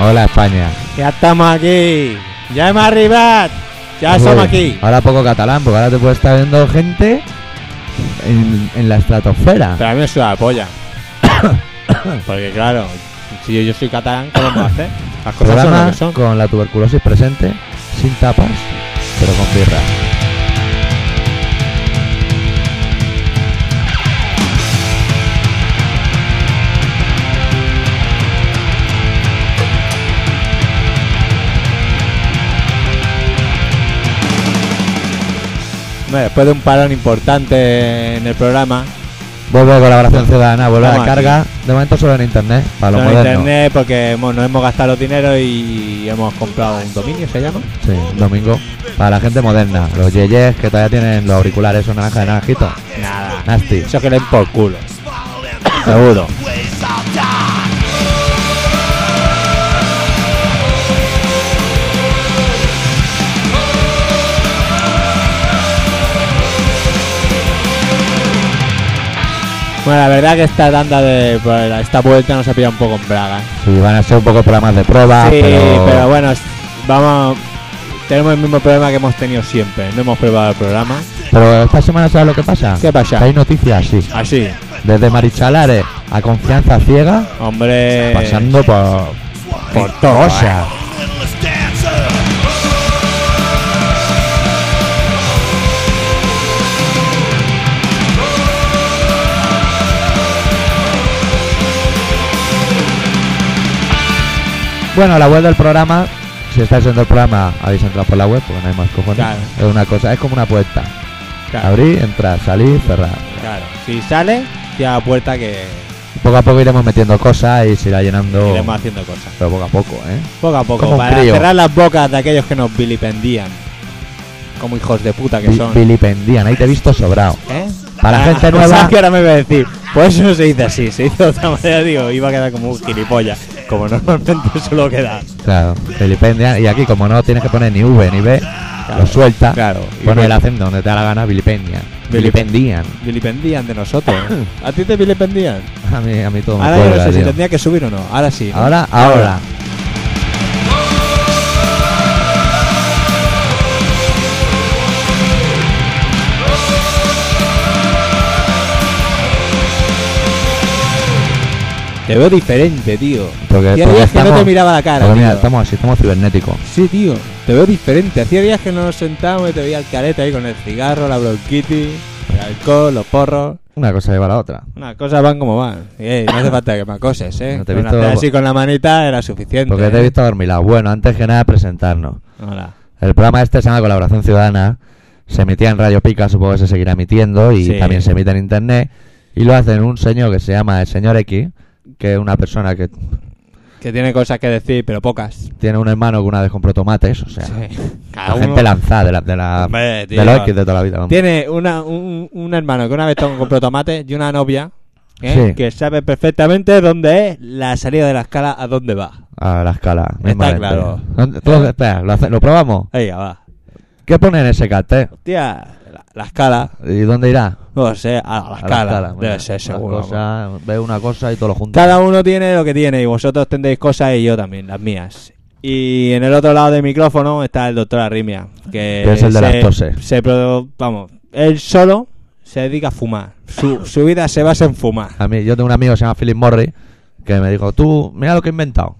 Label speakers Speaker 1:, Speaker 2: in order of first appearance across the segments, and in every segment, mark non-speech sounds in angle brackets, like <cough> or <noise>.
Speaker 1: Hola España.
Speaker 2: Ya estamos aquí. Ya hemos arribat. Ya
Speaker 1: Uy,
Speaker 2: estamos aquí.
Speaker 1: Ahora poco catalán, porque ahora te puede estar viendo gente en, en la estratosfera.
Speaker 2: Pero a mí me suda la polla. <coughs> Porque claro, si yo, yo soy catalán, ¿cómo me hace? Las cosas son lo
Speaker 1: Programa
Speaker 2: que son.
Speaker 1: con la tuberculosis presente, sin tapas, pero con birra.
Speaker 2: Hombre, Después de un parón importante en el programa,
Speaker 1: Vuelve a colaboración ciudadana, vuelve a la
Speaker 2: Vamos aquí.
Speaker 1: carga. De momento solo en internet, para los
Speaker 2: en
Speaker 1: modernos.
Speaker 2: internet, porque hemos- nos hemos gastado los dineros y hemos comprado un dominio, ¿se llama?
Speaker 1: Sí, un domingo. Para la gente moderna, los yeyes que todavía tienen los auriculares, son naranja de naranjito.
Speaker 2: Nada.
Speaker 1: Nasty.
Speaker 2: Eso que leen por culo. Seguro. Bueno, la verdad que esta tanda de pues, esta vuelta nos ha pillado un poco en Braga.
Speaker 1: Sí, van a ser un poco programas de prueba,
Speaker 2: sí,
Speaker 1: Ah, pero...
Speaker 2: pero bueno, es- vamos. Tenemos el mismo problema que hemos tenido siempre. No hemos probado el programa.
Speaker 1: pero esta semana ¿sabes lo que pasa?
Speaker 2: ¿Qué pasa?
Speaker 1: Que Hay noticias, sí.
Speaker 2: Así,
Speaker 1: Desde Marichalares a Confianza Ciega,
Speaker 2: hombre.
Speaker 1: pasando por...
Speaker 2: por todo.
Speaker 1: O sea, Bueno, a la web del programa, si estáis en el programa, habéis entrado por la web, porque no hay más cojones.
Speaker 2: Claro.
Speaker 1: Es una cosa, es como una puerta.
Speaker 2: Claro.
Speaker 1: Abrir, entrar, salir, cerrar.
Speaker 2: Claro, si sale, ya la puerta que
Speaker 1: Poco a poco iremos metiendo cosas y se irá llenando.
Speaker 2: iremos haciendo cosas.
Speaker 1: Pero poco a poco, ¿eh?
Speaker 2: Poco a poco,
Speaker 1: Como un
Speaker 2: para
Speaker 1: crío.
Speaker 2: cerrar las bocas de aquellos que nos vilipendían. Como hijos de puta que
Speaker 1: Vi-
Speaker 2: son.
Speaker 1: Vilipendían, ahí te he visto sobrado.
Speaker 2: ¿Eh?
Speaker 1: Para la
Speaker 2: Ah, <laughs>
Speaker 1: gente
Speaker 2: pensaba
Speaker 1: nueva-
Speaker 2: que ahora me iba a decir? Pues eso no se dice así, se hizo de otra manera, digo, iba a quedar como un gilipollas. Como normalmente <laughs> suelo quedar.
Speaker 1: Claro, vilipendian. Y aquí, como no tienes que poner ni V ni B, lo suelta.
Speaker 2: claro. Y
Speaker 1: Pone el
Speaker 2: bueno.
Speaker 1: acento donde te da la gana, vilipendian. Vilipendían.
Speaker 2: Vilipendían
Speaker 1: <laughs>
Speaker 2: de nosotros. ¿A ti te vilipendían?
Speaker 1: A mí, a mí todo me
Speaker 2: Ahora yo no
Speaker 1: cuelga,
Speaker 2: sé si
Speaker 1: tío.
Speaker 2: tendría que subir o no. Ahora sí. ¿no?
Speaker 1: Ahora, ahora.
Speaker 2: Te veo diferente, tío.
Speaker 1: Porque,
Speaker 2: Hacía
Speaker 1: porque
Speaker 2: días que no
Speaker 1: estamos-
Speaker 2: te miraba la cara.
Speaker 1: porque mira,
Speaker 2: tío.
Speaker 1: estamos así, estamos cibernéticos.
Speaker 2: Sí, tío, te veo diferente. Hacía días que no nos sentábamos y te veía el careta ahí con el cigarro, la bronquitis, el alcohol, los porros.
Speaker 1: Una cosa lleva a la otra.
Speaker 2: Las cosas van como van. Y, ey, no hace falta que me acoses, ¿eh?
Speaker 1: No te he
Speaker 2: Con
Speaker 1: visto-
Speaker 2: hacer así con la manita era suficiente.
Speaker 1: Porque te he
Speaker 2: ¿eh?
Speaker 1: visto dormilado. Bueno, antes que nada, presentarnos.
Speaker 2: Hola.
Speaker 1: El programa este se llama Colaboración Ciudadana. Se emitía en Radio Pica, supongo que se seguirá emitiendo y
Speaker 2: Sí.
Speaker 1: también se emite en internet. Y lo hacen un señor que se llama el señor X, que es una persona que
Speaker 2: Que tiene cosas que decir, pero pocas.
Speaker 1: tiene un hermano que una vez compró tomates, o sea, la
Speaker 2: Cada uno-
Speaker 1: gente lanzada de la, de la
Speaker 2: Hombre, tío.
Speaker 1: de los X de toda la vida. vamos.
Speaker 2: Tiene una, un, un hermano que una vez to- compró tomate y una novia ¿eh?
Speaker 1: Sí.
Speaker 2: que sabe perfectamente dónde es la salida de la escala, a dónde va.
Speaker 1: A la escala,
Speaker 2: Está
Speaker 1: mismamente.
Speaker 2: claro.
Speaker 1: ¿Dónde- tú- espera, ¿lo, hace- lo probamos?
Speaker 2: Venga, va.
Speaker 1: ¿Qué pone en ese cartel?
Speaker 2: Tía, la- la escala.
Speaker 1: ¿Y dónde irá?
Speaker 2: No sé, a la
Speaker 1: A
Speaker 2: escala.
Speaker 1: mira,
Speaker 2: debe ser
Speaker 1: las
Speaker 2: seguro. vamos.
Speaker 1: cosas, Ve una cosa y todo lo junto.
Speaker 2: Cada uno tiene lo que tiene y vosotros tendréis cosas y yo también, las mías. Y en el otro lado del micrófono está el doctor Arrimia, que
Speaker 1: Que es el de las
Speaker 2: se-
Speaker 1: toses.
Speaker 2: se pro- vamos, él solo se dedica a fumar.
Speaker 1: <laughs>
Speaker 2: Su, su vida se basa en fumar.
Speaker 1: A mí, yo tengo un amigo que se llama Philip Morris que me dijo, tú, mira lo que he inventado.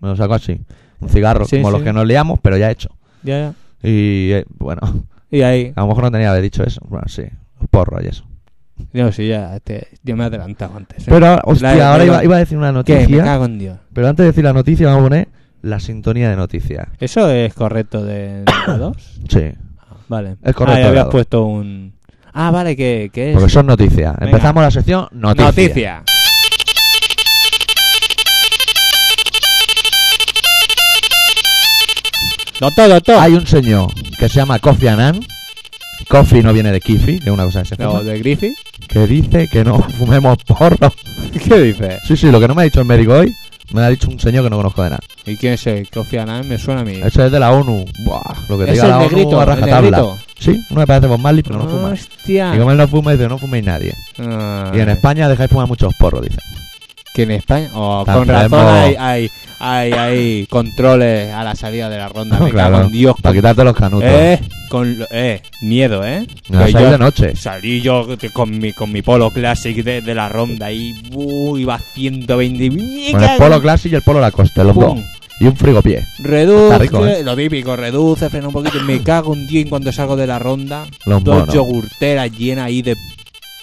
Speaker 1: Me lo saco así. Un cigarro,
Speaker 2: Sí,
Speaker 1: como
Speaker 2: sí.
Speaker 1: los que nos liamos, pero ya hecho.
Speaker 2: Ya,
Speaker 1: Y eh, bueno, a
Speaker 2: ya. Y ahí,
Speaker 1: lo mejor no tenía que haber dicho eso. Bueno, sí, los porros y eso.
Speaker 2: no, sí, ya, este, yo me he adelantado antes. ¿eh?
Speaker 1: Pero, hostia,
Speaker 2: La-
Speaker 1: ahora
Speaker 2: la-
Speaker 1: iba, iba a decir una
Speaker 2: ¿Qué? Me
Speaker 1: noticia.
Speaker 2: cago en Dios.
Speaker 1: Pero antes de decir la noticia, vamos a poner la sintonía de noticias.
Speaker 2: ¿Eso es correcto de <coughs> la 2?
Speaker 1: Sí,
Speaker 2: Vale.
Speaker 1: Es correcto
Speaker 2: Ah, ya
Speaker 1: de la
Speaker 2: habías
Speaker 1: dos.
Speaker 2: puesto un... Ah, vale, que, que es...
Speaker 1: porque son noticias.
Speaker 2: Venga.
Speaker 1: Empezamos la sección noticias.
Speaker 2: Noticia. Doctor, doctor.
Speaker 1: Hay un señor que se llama Kofi Annan. Kofi no viene de Kifi, que es una cosa que se
Speaker 2: No,
Speaker 1: fuma,
Speaker 2: de Griffith.
Speaker 1: Que dice que no <laughs> fumemos porros.
Speaker 2: <laughs> ¿Qué dice?
Speaker 1: Sí, sí, lo que no me ha dicho el médico hoy, me lo ha dicho un señor que no conozco de nada.
Speaker 2: ¿Y quién es el Kofi Annan? Me suena a mí.
Speaker 1: Eso es de la ONU. Buah, lo que te
Speaker 2: Es
Speaker 1: diga
Speaker 2: el
Speaker 1: la ONU
Speaker 2: negrito,
Speaker 1: a
Speaker 2: el
Speaker 1: rajatabla.
Speaker 2: negrito. Ah,
Speaker 1: Sí, uno me parece con Marley, pero no fuma. Y
Speaker 2: Hostia.
Speaker 1: como él no fuma, dice, no fuméis nadie.
Speaker 2: Ah,
Speaker 1: Y en España dejáis fumar muchos porros, dice.
Speaker 2: que en España. Oh,
Speaker 1: Tan
Speaker 2: con razón
Speaker 1: traemos-
Speaker 2: hay, hay, hay, hay controles a la salida de la <laughs> ronda. me cago en Dios.
Speaker 1: Para quitarte los canutos.
Speaker 2: eh, con, lo- eh, miedo, ¿eh?
Speaker 1: No,
Speaker 2: Que
Speaker 1: sales
Speaker 2: yo-
Speaker 1: de noche.
Speaker 2: Salí yo t- con mi, con mi polo classic de, de la ronda y uh, iba a 120 y me
Speaker 1: Con el
Speaker 2: cago-
Speaker 1: polo clásico y el polo Lacoste, los
Speaker 2: Pum.
Speaker 1: dos. Y un frigopié.
Speaker 2: Reduce,
Speaker 1: Está rico, ¿eh?
Speaker 2: lo típico, reduce, frena un poquito y me cago un día en cuando salgo de la ronda.
Speaker 1: Los
Speaker 2: dos
Speaker 1: monos.
Speaker 2: yogurteras llenas ahí de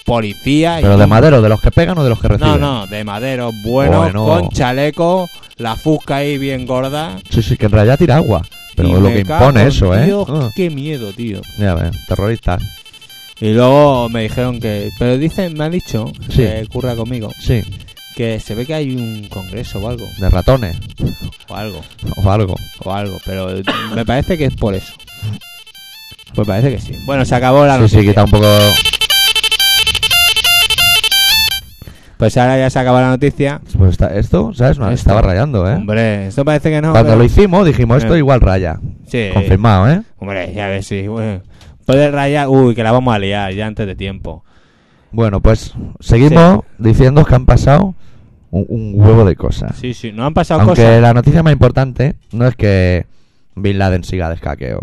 Speaker 2: policía. y
Speaker 1: Pero de
Speaker 2: un-
Speaker 1: madero, de los que pegan o de los que
Speaker 2: No,
Speaker 1: reciben.
Speaker 2: no, de madero, bueno,
Speaker 1: Bueno.
Speaker 2: con chaleco, la fusca ahí bien gorda.
Speaker 1: Sí, sí, que en realidad tira agua. Pero
Speaker 2: y
Speaker 1: lo
Speaker 2: me
Speaker 1: que
Speaker 2: cago
Speaker 1: impone
Speaker 2: en
Speaker 1: eso, ¿eh?
Speaker 2: Dios,
Speaker 1: Ah,
Speaker 2: qué miedo, tío.
Speaker 1: ya ves, terroristas.
Speaker 2: Y luego me dijeron que. Pero dicen, me han dicho,
Speaker 1: Sí.
Speaker 2: que curra conmigo,
Speaker 1: Sí,
Speaker 2: que se ve que hay un congreso o algo.
Speaker 1: de ratones
Speaker 2: O algo,
Speaker 1: o algo.
Speaker 2: o algo. Pero me parece que es por eso. Pues parece que sí. Bueno, se acabó la
Speaker 1: Sí,
Speaker 2: noticia.
Speaker 1: sí, quita un poco.
Speaker 2: Pues ahora ya se acabó la noticia.
Speaker 1: Pues está, esto, ¿sabes? No,
Speaker 2: Esto.
Speaker 1: estaba rayando, ¿eh?
Speaker 2: Hombre, esto parece que no.
Speaker 1: Cuando
Speaker 2: pero-
Speaker 1: lo hicimos dijimos, esto
Speaker 2: Eh.
Speaker 1: igual raya.
Speaker 2: Sí.
Speaker 1: Confirmado, ¿eh?
Speaker 2: Hombre, ya ves, sí. Bueno. Puede rayar. Uy, que la vamos a liar ya antes de tiempo.
Speaker 1: Bueno, pues seguimos diciendo que han pasado un, un huevo de cosas.
Speaker 2: Sí, sí. No han pasado
Speaker 1: Aunque
Speaker 2: cosas.
Speaker 1: la noticia más importante no es que Bin Laden siga de escaqueo.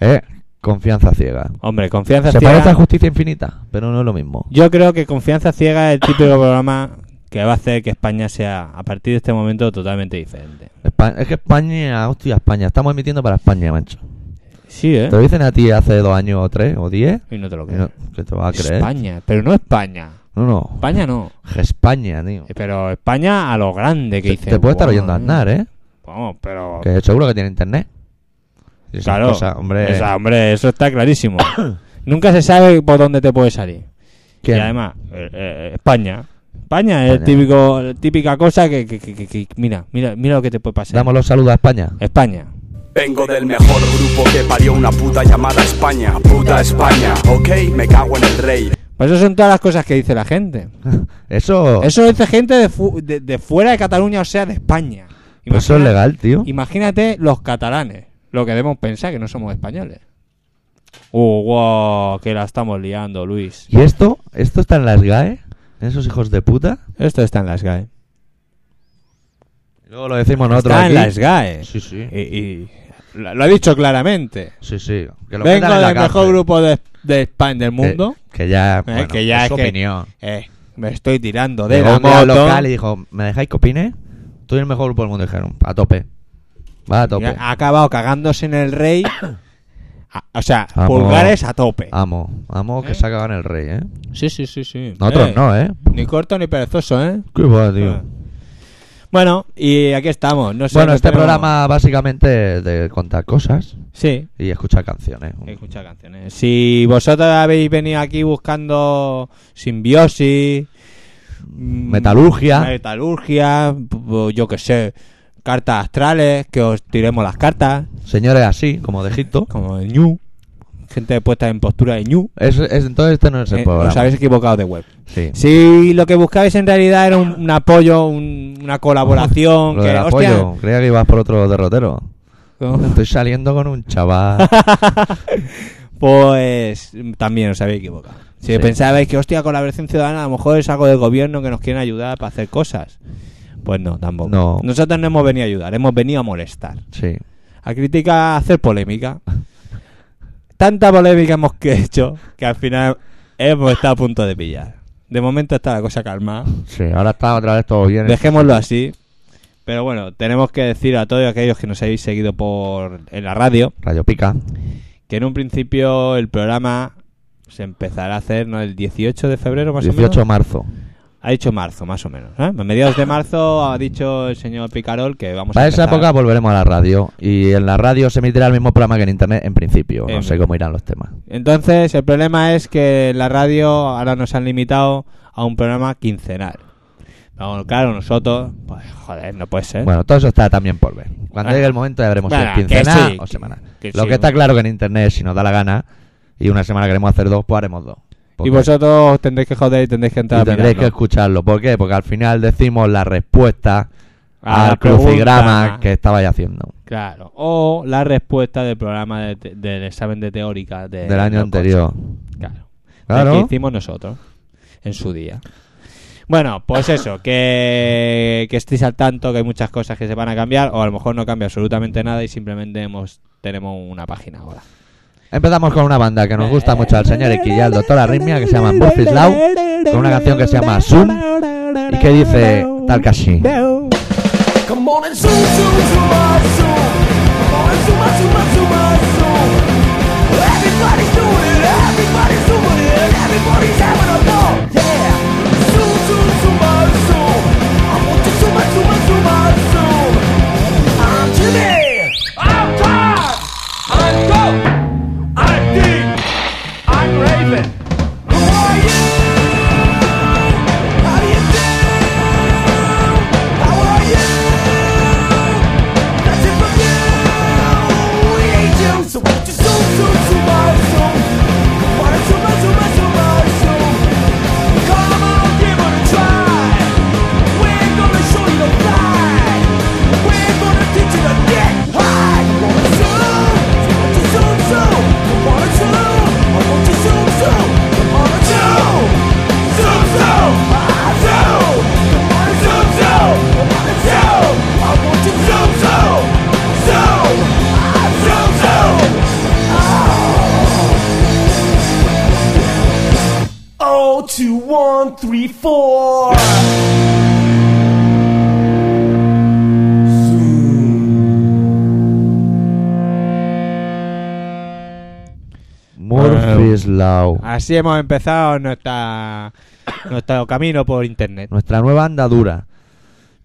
Speaker 1: ¿Eh? Confianza ciega.
Speaker 2: Hombre, confianza
Speaker 1: Se
Speaker 2: ciega.
Speaker 1: parece a Justicia Infinita, pero no es lo mismo.
Speaker 2: Yo creo que confianza ciega es el típico programa que va a hacer que España sea, a partir de este momento, totalmente diferente.
Speaker 1: Espa- es que España, hostia, España. Estamos emitiendo para España, mancho.
Speaker 2: Sí, ¿eh?
Speaker 1: Te lo dicen a ti hace dos años o tres o diez.
Speaker 2: Y no te lo
Speaker 1: y
Speaker 2: creo.
Speaker 1: no- ¿Qué te vas a creer?
Speaker 2: España, pero no España.
Speaker 1: No, no.
Speaker 2: España no.
Speaker 1: España, tío.
Speaker 2: Eh, Pero España a lo grande que
Speaker 1: Te,
Speaker 2: dice.
Speaker 1: te puede estar oyendo Aznar, ¿eh?
Speaker 2: Vamos, pero.
Speaker 1: Que seguro que tiene internet. Y esas
Speaker 2: Claro.
Speaker 1: cosas, hombre.
Speaker 2: O sea, hombre, eso está
Speaker 1: <coughs>
Speaker 2: clarísimo. Nunca se sabe por dónde te puede salir.
Speaker 1: ¿Quién?
Speaker 2: Y además, eh, eh, España. España es el
Speaker 1: España.
Speaker 2: típico, la típica cosa que, que- que- que- que- mira, mira, mira lo que te puede pasar.
Speaker 1: Damos los saludos a
Speaker 2: <laughs>
Speaker 1: España.
Speaker 2: España.
Speaker 3: Vengo del mejor grupo que parió una puta llamada España. Puta España, ok, me cago en el rey.
Speaker 2: Pues eso son todas las cosas que dice la gente.
Speaker 1: <laughs> Eso,
Speaker 2: Eso lo dice gente de, fu- de- de fuera de Cataluña, o sea, de España.
Speaker 1: pero Pues eso es
Speaker 2: Imagina-
Speaker 1: legal, tío.
Speaker 2: Imagínate los catalanes, lo que debemos pensar que no somos españoles. Uh, wow, que la estamos liando, Luis.
Speaker 1: ¿Y esto? ¿Esto está en las GAE? ¿En esos hijos de puta?
Speaker 2: Esto está en las GAE.
Speaker 1: Y Luego lo decimos nosotros
Speaker 2: Está en
Speaker 1: aquí.
Speaker 2: las GAE.
Speaker 1: Sí, sí.
Speaker 2: Y, y lo, lo he dicho claramente.
Speaker 1: Sí, sí. Que lo
Speaker 2: Vengo
Speaker 1: metan en la
Speaker 2: del mejor
Speaker 1: cárcel.
Speaker 2: grupo de, de España del
Speaker 1: Que-
Speaker 2: mundo. Eh,
Speaker 1: Que, ya, bueno,
Speaker 2: que ya
Speaker 1: es
Speaker 2: es
Speaker 1: su
Speaker 2: que-
Speaker 1: opinión.
Speaker 2: Eh, me estoy tirando de
Speaker 1: Llegó
Speaker 2: la
Speaker 1: un día al
Speaker 2: moto.
Speaker 1: local y dijo, ¿me dejáis que opine? Tú eres el mejor grupo del mundo. Dijeron, a tope. Va a
Speaker 2: Y
Speaker 1: tope.
Speaker 2: ha acabado cagándose en
Speaker 1: <coughs>
Speaker 2: el rey. A- o sea,
Speaker 1: Vamos. Ah.
Speaker 2: pulgares a tope.
Speaker 1: Amo, amo que
Speaker 2: ¿Eh?
Speaker 1: se acaban el rey, ¿eh?
Speaker 2: Sí, sí, sí, sí.
Speaker 1: Nosotros
Speaker 2: Eh,
Speaker 1: no, ¿eh?
Speaker 2: Ni corto ni perezoso, ¿eh?
Speaker 1: Qué va, tío.
Speaker 2: Ah. Bueno, y aquí estamos. No sé,
Speaker 1: bueno,
Speaker 2: no
Speaker 1: este
Speaker 2: tenemos-
Speaker 1: programa básicamente es de contar cosas
Speaker 2: Sí,
Speaker 1: y escuchar canciones.
Speaker 2: hay que escuchar canciones. Si vosotros habéis venido aquí buscando simbiosis, mm,
Speaker 1: Metalurgia.
Speaker 2: metalurgia, p- p- yo que sé, cartas astrales, que os tiremos las cartas,
Speaker 1: Señores así, como de Egipto.
Speaker 2: como el ñu, gente puesta en postura de ñu,
Speaker 1: Es, es- entonces este no es el
Speaker 2: eh,
Speaker 1: programa.
Speaker 2: os habéis equivocado de web.
Speaker 1: Sí.
Speaker 2: Si lo que buscabais en realidad era un, un apoyo, un- una colaboración,
Speaker 1: Lo
Speaker 2: que
Speaker 1: del
Speaker 2: hostia,
Speaker 1: apoyo. Creía que ibas por otro derrotero. Estoy saliendo con un
Speaker 2: <laughs>
Speaker 1: chaval.
Speaker 2: Pues mm, también os habéis equivocado. Si
Speaker 1: Sí.
Speaker 2: pensabais que, hostia, colaboración ciudadana, a lo mejor es algo del gobierno que nos quieren ayudar para hacer cosas. Pues no, tampoco.
Speaker 1: No.
Speaker 2: Nosotros no hemos venido a ayudar, hemos venido a molestar.
Speaker 1: Sí.
Speaker 2: A criticar, a hacer polémica. Tanta polémica hemos que hecho que al final hemos estado a punto de pillar. De momento está la cosa calmada.
Speaker 1: Sí, ahora está otra vez todo bien.
Speaker 2: Dejémoslo así. Pero bueno, tenemos que decir a todos aquellos que nos habéis seguido por en la radio
Speaker 1: Rayo Pica.
Speaker 2: que en un principio el programa se empezará a hacer ¿no? el 18 de febrero más
Speaker 1: 18
Speaker 2: o
Speaker 1: de
Speaker 2: menos.
Speaker 1: marzo.
Speaker 2: Ha dicho marzo más o menos. ¿eh? A mediados de marzo ha dicho el señor Picarol que vamos a
Speaker 1: Para esa
Speaker 2: empezar
Speaker 1: época volveremos a la radio. Y en la radio se emitirá el mismo programa que en internet en principio. No
Speaker 2: En-
Speaker 1: sé cómo irán los temas.
Speaker 2: Entonces, el problema es que la radio ahora nos han limitado a un programa quincenal. Pero claro, nosotros, pues joder, no puede ser.
Speaker 1: Bueno, todo eso está también por ver. Cuando
Speaker 2: Ah.
Speaker 1: llegue el momento ya veremos si
Speaker 2: Bueno,
Speaker 1: es
Speaker 2: que
Speaker 1: quincenal
Speaker 2: sí,
Speaker 1: o semana.
Speaker 2: que
Speaker 1: Lo
Speaker 2: sí,
Speaker 1: que está
Speaker 2: hombre.
Speaker 1: claro que en internet, si nos da la gana, y una semana queremos hacer dos, pues haremos dos.
Speaker 2: y
Speaker 1: Porque-
Speaker 2: vosotros tendréis que joder y tendréis que
Speaker 1: y
Speaker 2: entrar a
Speaker 1: tendréis que
Speaker 2: mirarlo.
Speaker 1: escucharlo. ¿Por qué? Porque al final decimos la respuesta
Speaker 2: A la
Speaker 1: al crucigrama
Speaker 2: pregunta.
Speaker 1: que estabais haciendo
Speaker 2: Claro. O la respuesta del programa de te- del examen de teórica de-
Speaker 1: del año
Speaker 2: del
Speaker 1: anterior.
Speaker 2: Claro.
Speaker 1: Claro.
Speaker 2: El que hicimos nosotros en su día. Bueno,
Speaker 1: <laughs>
Speaker 2: pues eso, que, que estéis al tanto, que hay muchas cosas que se van a cambiar, o a lo mejor no cambia absolutamente nada y simplemente hemos, tenemos una página ahora.
Speaker 1: Empezamos con una banda que nos gusta mucho al señor X y al doctor Arritmia, que se llama Murphy's Law, con una canción que se llama Zoom y que dice tal que así.
Speaker 4: Come on and zoom, zoom, zoom, ah, zoom. Come on and zoom, ah, zoom, ah, zoom, ah, zoom. Everybody's doing it, everybody's doing it, everybody's having a ball, yeah. Zoom, zoom, zoom, ah, zoom. I want you zoom, ah, zoom, ah, zoom, ah, zoom. I'm Jimmy. I'm Todd. I'm Go. I'm Dean. I'm Raven. Who are you? How do you do? How are you? That's it from you. We ain't you. So won't you zoom, zoom, zoom, out, zoom? Wanna zoom, out, zoom, out, zoom, out, zoom? Come on, give it a try. We're gonna show you the ride. We're gonna teach you to get high. You wanna zoom? So won't you zoom, zoom? You wanna zoom? Or won't you zoom, zoom? You wanna zoom? Zoom, zoom, ah, zoom. You wanna zoom, zoom? You wanna zoom? Or won't you zoom, zoom? Zoom, ah, zoom, zoom. Oh, two, one, three, four.
Speaker 1: Murphy's Law.
Speaker 2: Así hemos empezado nuestra, nuestro camino por internet.
Speaker 1: nuestra nueva andadura.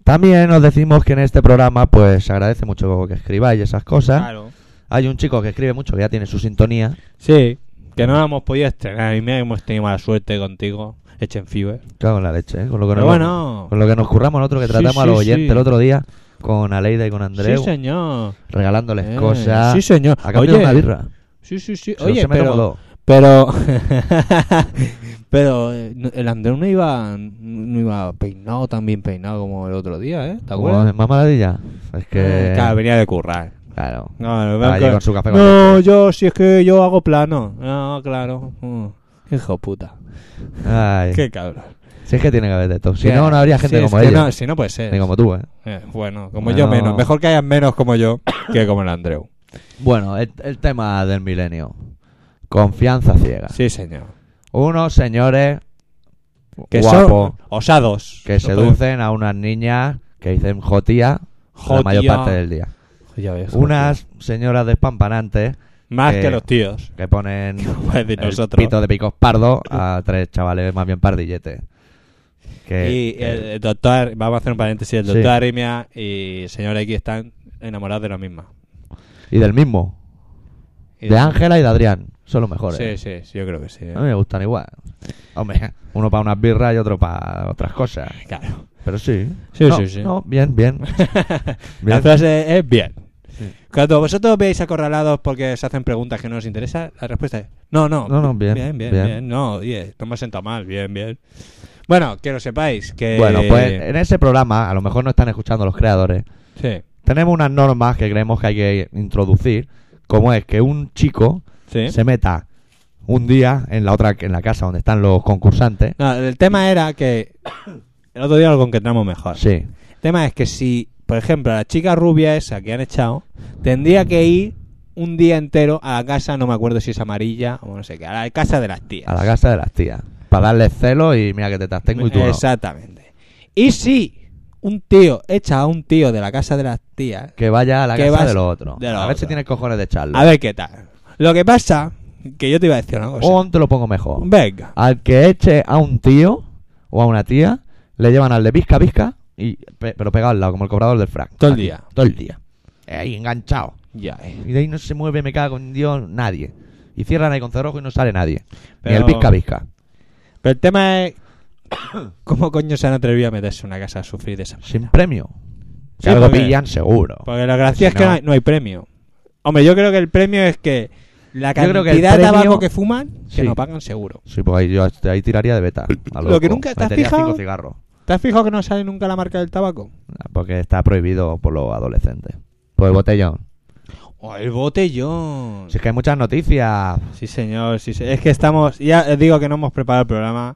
Speaker 1: También os decimos que en este programa, pues se agradece mucho que escribáis esas cosas.
Speaker 2: Claro.
Speaker 1: Hay un chico que escribe mucho, que ya tiene su sintonía.
Speaker 2: Sí, que no la hemos podido estrenar y mira que hemos tenido mala suerte contigo, Echen Fever.
Speaker 1: Claro, en la leche, ¿eh? con, lo que
Speaker 2: Pero
Speaker 1: nos,
Speaker 2: bueno.
Speaker 1: con lo que nos curramos nosotros, que
Speaker 2: Sí,
Speaker 1: tratamos a
Speaker 2: sí,
Speaker 1: los oyentes
Speaker 2: sí.
Speaker 1: el otro día con Aleida y con Andreu,
Speaker 2: Sí, señor.
Speaker 1: regalándoles
Speaker 2: Eh,
Speaker 1: cosas.
Speaker 2: Sí, señor.
Speaker 1: A cambio de
Speaker 2: Oye,
Speaker 1: una birra.
Speaker 2: Sí, sí, sí.
Speaker 1: Si no,
Speaker 2: Oye,
Speaker 1: se me
Speaker 2: pero,
Speaker 1: tomo dos.
Speaker 2: pero, <laughs> pero eh, no- el Andreu no iba, no iba peinado tan bien peinado como el otro día, ¿eh? ¿Te
Speaker 1: Como
Speaker 2: acuerdas? Eh,
Speaker 1: en mamadilla. Es que. Ah,
Speaker 2: Claro, venía de currar.
Speaker 1: Claro.
Speaker 2: No, el
Speaker 1: Estaba allí
Speaker 2: banco-
Speaker 1: con su café con
Speaker 2: no yo si es que yo hago plano. No, claro. Mm. Hijo de puta.
Speaker 1: Ay,
Speaker 2: Qué cabrón.
Speaker 1: Si es que tiene que haber de todo. Si
Speaker 2: Que-
Speaker 1: no, no habría
Speaker 2: sí,
Speaker 1: gente
Speaker 2: es
Speaker 1: como
Speaker 2: que
Speaker 1: ella.
Speaker 2: no, si no puede ser.
Speaker 1: Ni como tú, ¿eh?
Speaker 2: Eh, bueno, como
Speaker 1: Bueno.
Speaker 2: yo menos. Mejor que hayan menos como yo que como
Speaker 1: <coughs>
Speaker 2: el Andreu.
Speaker 1: Bueno, el, el tema del milenio. Confianza ciega.
Speaker 2: Sí, señor.
Speaker 1: Unos señores
Speaker 2: Que
Speaker 1: guapos
Speaker 2: son osados.
Speaker 1: que seducen a unas niñas que dicen jotía, la
Speaker 2: Jotía.
Speaker 1: mayor parte del día.
Speaker 2: Ya ves,
Speaker 1: Unas señoras despampanantes
Speaker 2: Más
Speaker 1: Eh,
Speaker 2: que los tíos.
Speaker 1: que
Speaker 2: <laughs>
Speaker 1: ponen
Speaker 2: Como es de
Speaker 1: el
Speaker 2: nosotros.
Speaker 1: pito de picos pardo a tres chavales más bien pardilletes. Que,
Speaker 2: y eh,
Speaker 1: que-
Speaker 2: el, el doctor, vamos a hacer un paréntesis, el
Speaker 1: Sí.
Speaker 2: doctor Arimia y el señor X están enamorados de la misma.
Speaker 1: y del mismo.
Speaker 2: Y-
Speaker 1: de Ángela y de Adrián. Son los mejores.
Speaker 2: Sí, sí, sí, yo creo que sí. ¿eh?
Speaker 1: A mí me gustan igual. Hombre, uno para unas birras y otro para otras cosas. <laughs>
Speaker 2: Claro. <laughs>
Speaker 1: Pero sí.
Speaker 2: Sí,
Speaker 1: No,
Speaker 2: sí, sí.
Speaker 1: No, bien,
Speaker 2: <laughs>
Speaker 1: bien.
Speaker 2: La
Speaker 1: Bien.
Speaker 2: frase es bien. Cuando vosotros veis acorralados porque se hacen preguntas que no os interesan, la respuesta es no, no.
Speaker 1: No, no, bien,
Speaker 2: Bien, bien,
Speaker 1: bien.
Speaker 2: bien. No, oye, no me he sentado mal, bien, bien. Bueno, que lo sepáis que...
Speaker 1: Bueno, pues en ese programa, a lo mejor no están escuchando los creadores,
Speaker 2: Sí,
Speaker 1: tenemos unas normas que creemos que hay que introducir, como es que un chico
Speaker 2: sí.
Speaker 1: se meta un día en la otra en la casa donde están los concursantes.
Speaker 2: No, el tema era que... El otro día lo concretamos mejor.
Speaker 1: Sí.
Speaker 2: El tema es que si, por ejemplo, la chica rubia esa que han echado, tendría que ir un día entero a la casa, no me acuerdo si es amarilla o no sé qué, a la casa de las tías.
Speaker 1: A la casa de las tías. Para darles celo y mira que te las tengo y tú no.
Speaker 2: Exactamente. Y si un tío echa a un tío de la casa de las tías,
Speaker 1: Que vaya a la
Speaker 2: Que
Speaker 1: casa
Speaker 2: vas-
Speaker 1: de los otros.
Speaker 2: de los
Speaker 1: a ver
Speaker 2: otros.
Speaker 1: si tienes cojones de echarlo.
Speaker 2: a ver qué tal. Lo que pasa, que yo te iba a decir una cosa.
Speaker 1: O te lo pongo mejor.
Speaker 2: Venga.
Speaker 1: Al que eche a un tío o a una tía, le llevan al de pizca pizca, y, pe- pero pegado al lado, como el cobrador del frac.
Speaker 2: Todo el día.
Speaker 1: Todo el día. Eh, Ahí enganchado.
Speaker 2: Ya, eh.
Speaker 1: Y de ahí no se mueve, me cago en Dios, nadie. Y cierran ahí con cerrojo y no sale nadie.
Speaker 2: Pero-
Speaker 1: Ni el pizca pizca.
Speaker 2: Pero el tema es... <coughs> ¿Cómo coño se han atrevido a meterse en una casa a sufrir de esa manera?
Speaker 1: Sin premio. Si
Speaker 2: Sí,
Speaker 1: algo
Speaker 2: porque-
Speaker 1: pillan, seguro.
Speaker 2: Porque la gracia
Speaker 1: Si
Speaker 2: es que
Speaker 1: no-
Speaker 2: no hay, no hay premio. Hombre, yo creo que el premio es que la
Speaker 1: Yo creo
Speaker 2: cantidad
Speaker 1: que el
Speaker 2: de
Speaker 1: premio-
Speaker 2: tabaco que fuman, que
Speaker 1: Sí.
Speaker 2: no pagan seguro.
Speaker 1: Sí, pues ahí yo hasta ahí tiraría de beta. a
Speaker 2: Lo que nunca- ¿te has
Speaker 1: Metería
Speaker 2: fijado?
Speaker 1: cinco cigarros.
Speaker 2: ¿Te has fijado que no sale nunca la marca del tabaco?
Speaker 1: Porque está prohibido por los adolescentes. Por el botellón.
Speaker 2: ¡Oh, el botellón!
Speaker 1: Si es que hay muchas noticias.
Speaker 2: Sí, señor, sí, se- es que estamos, ya os digo que no hemos preparado el programa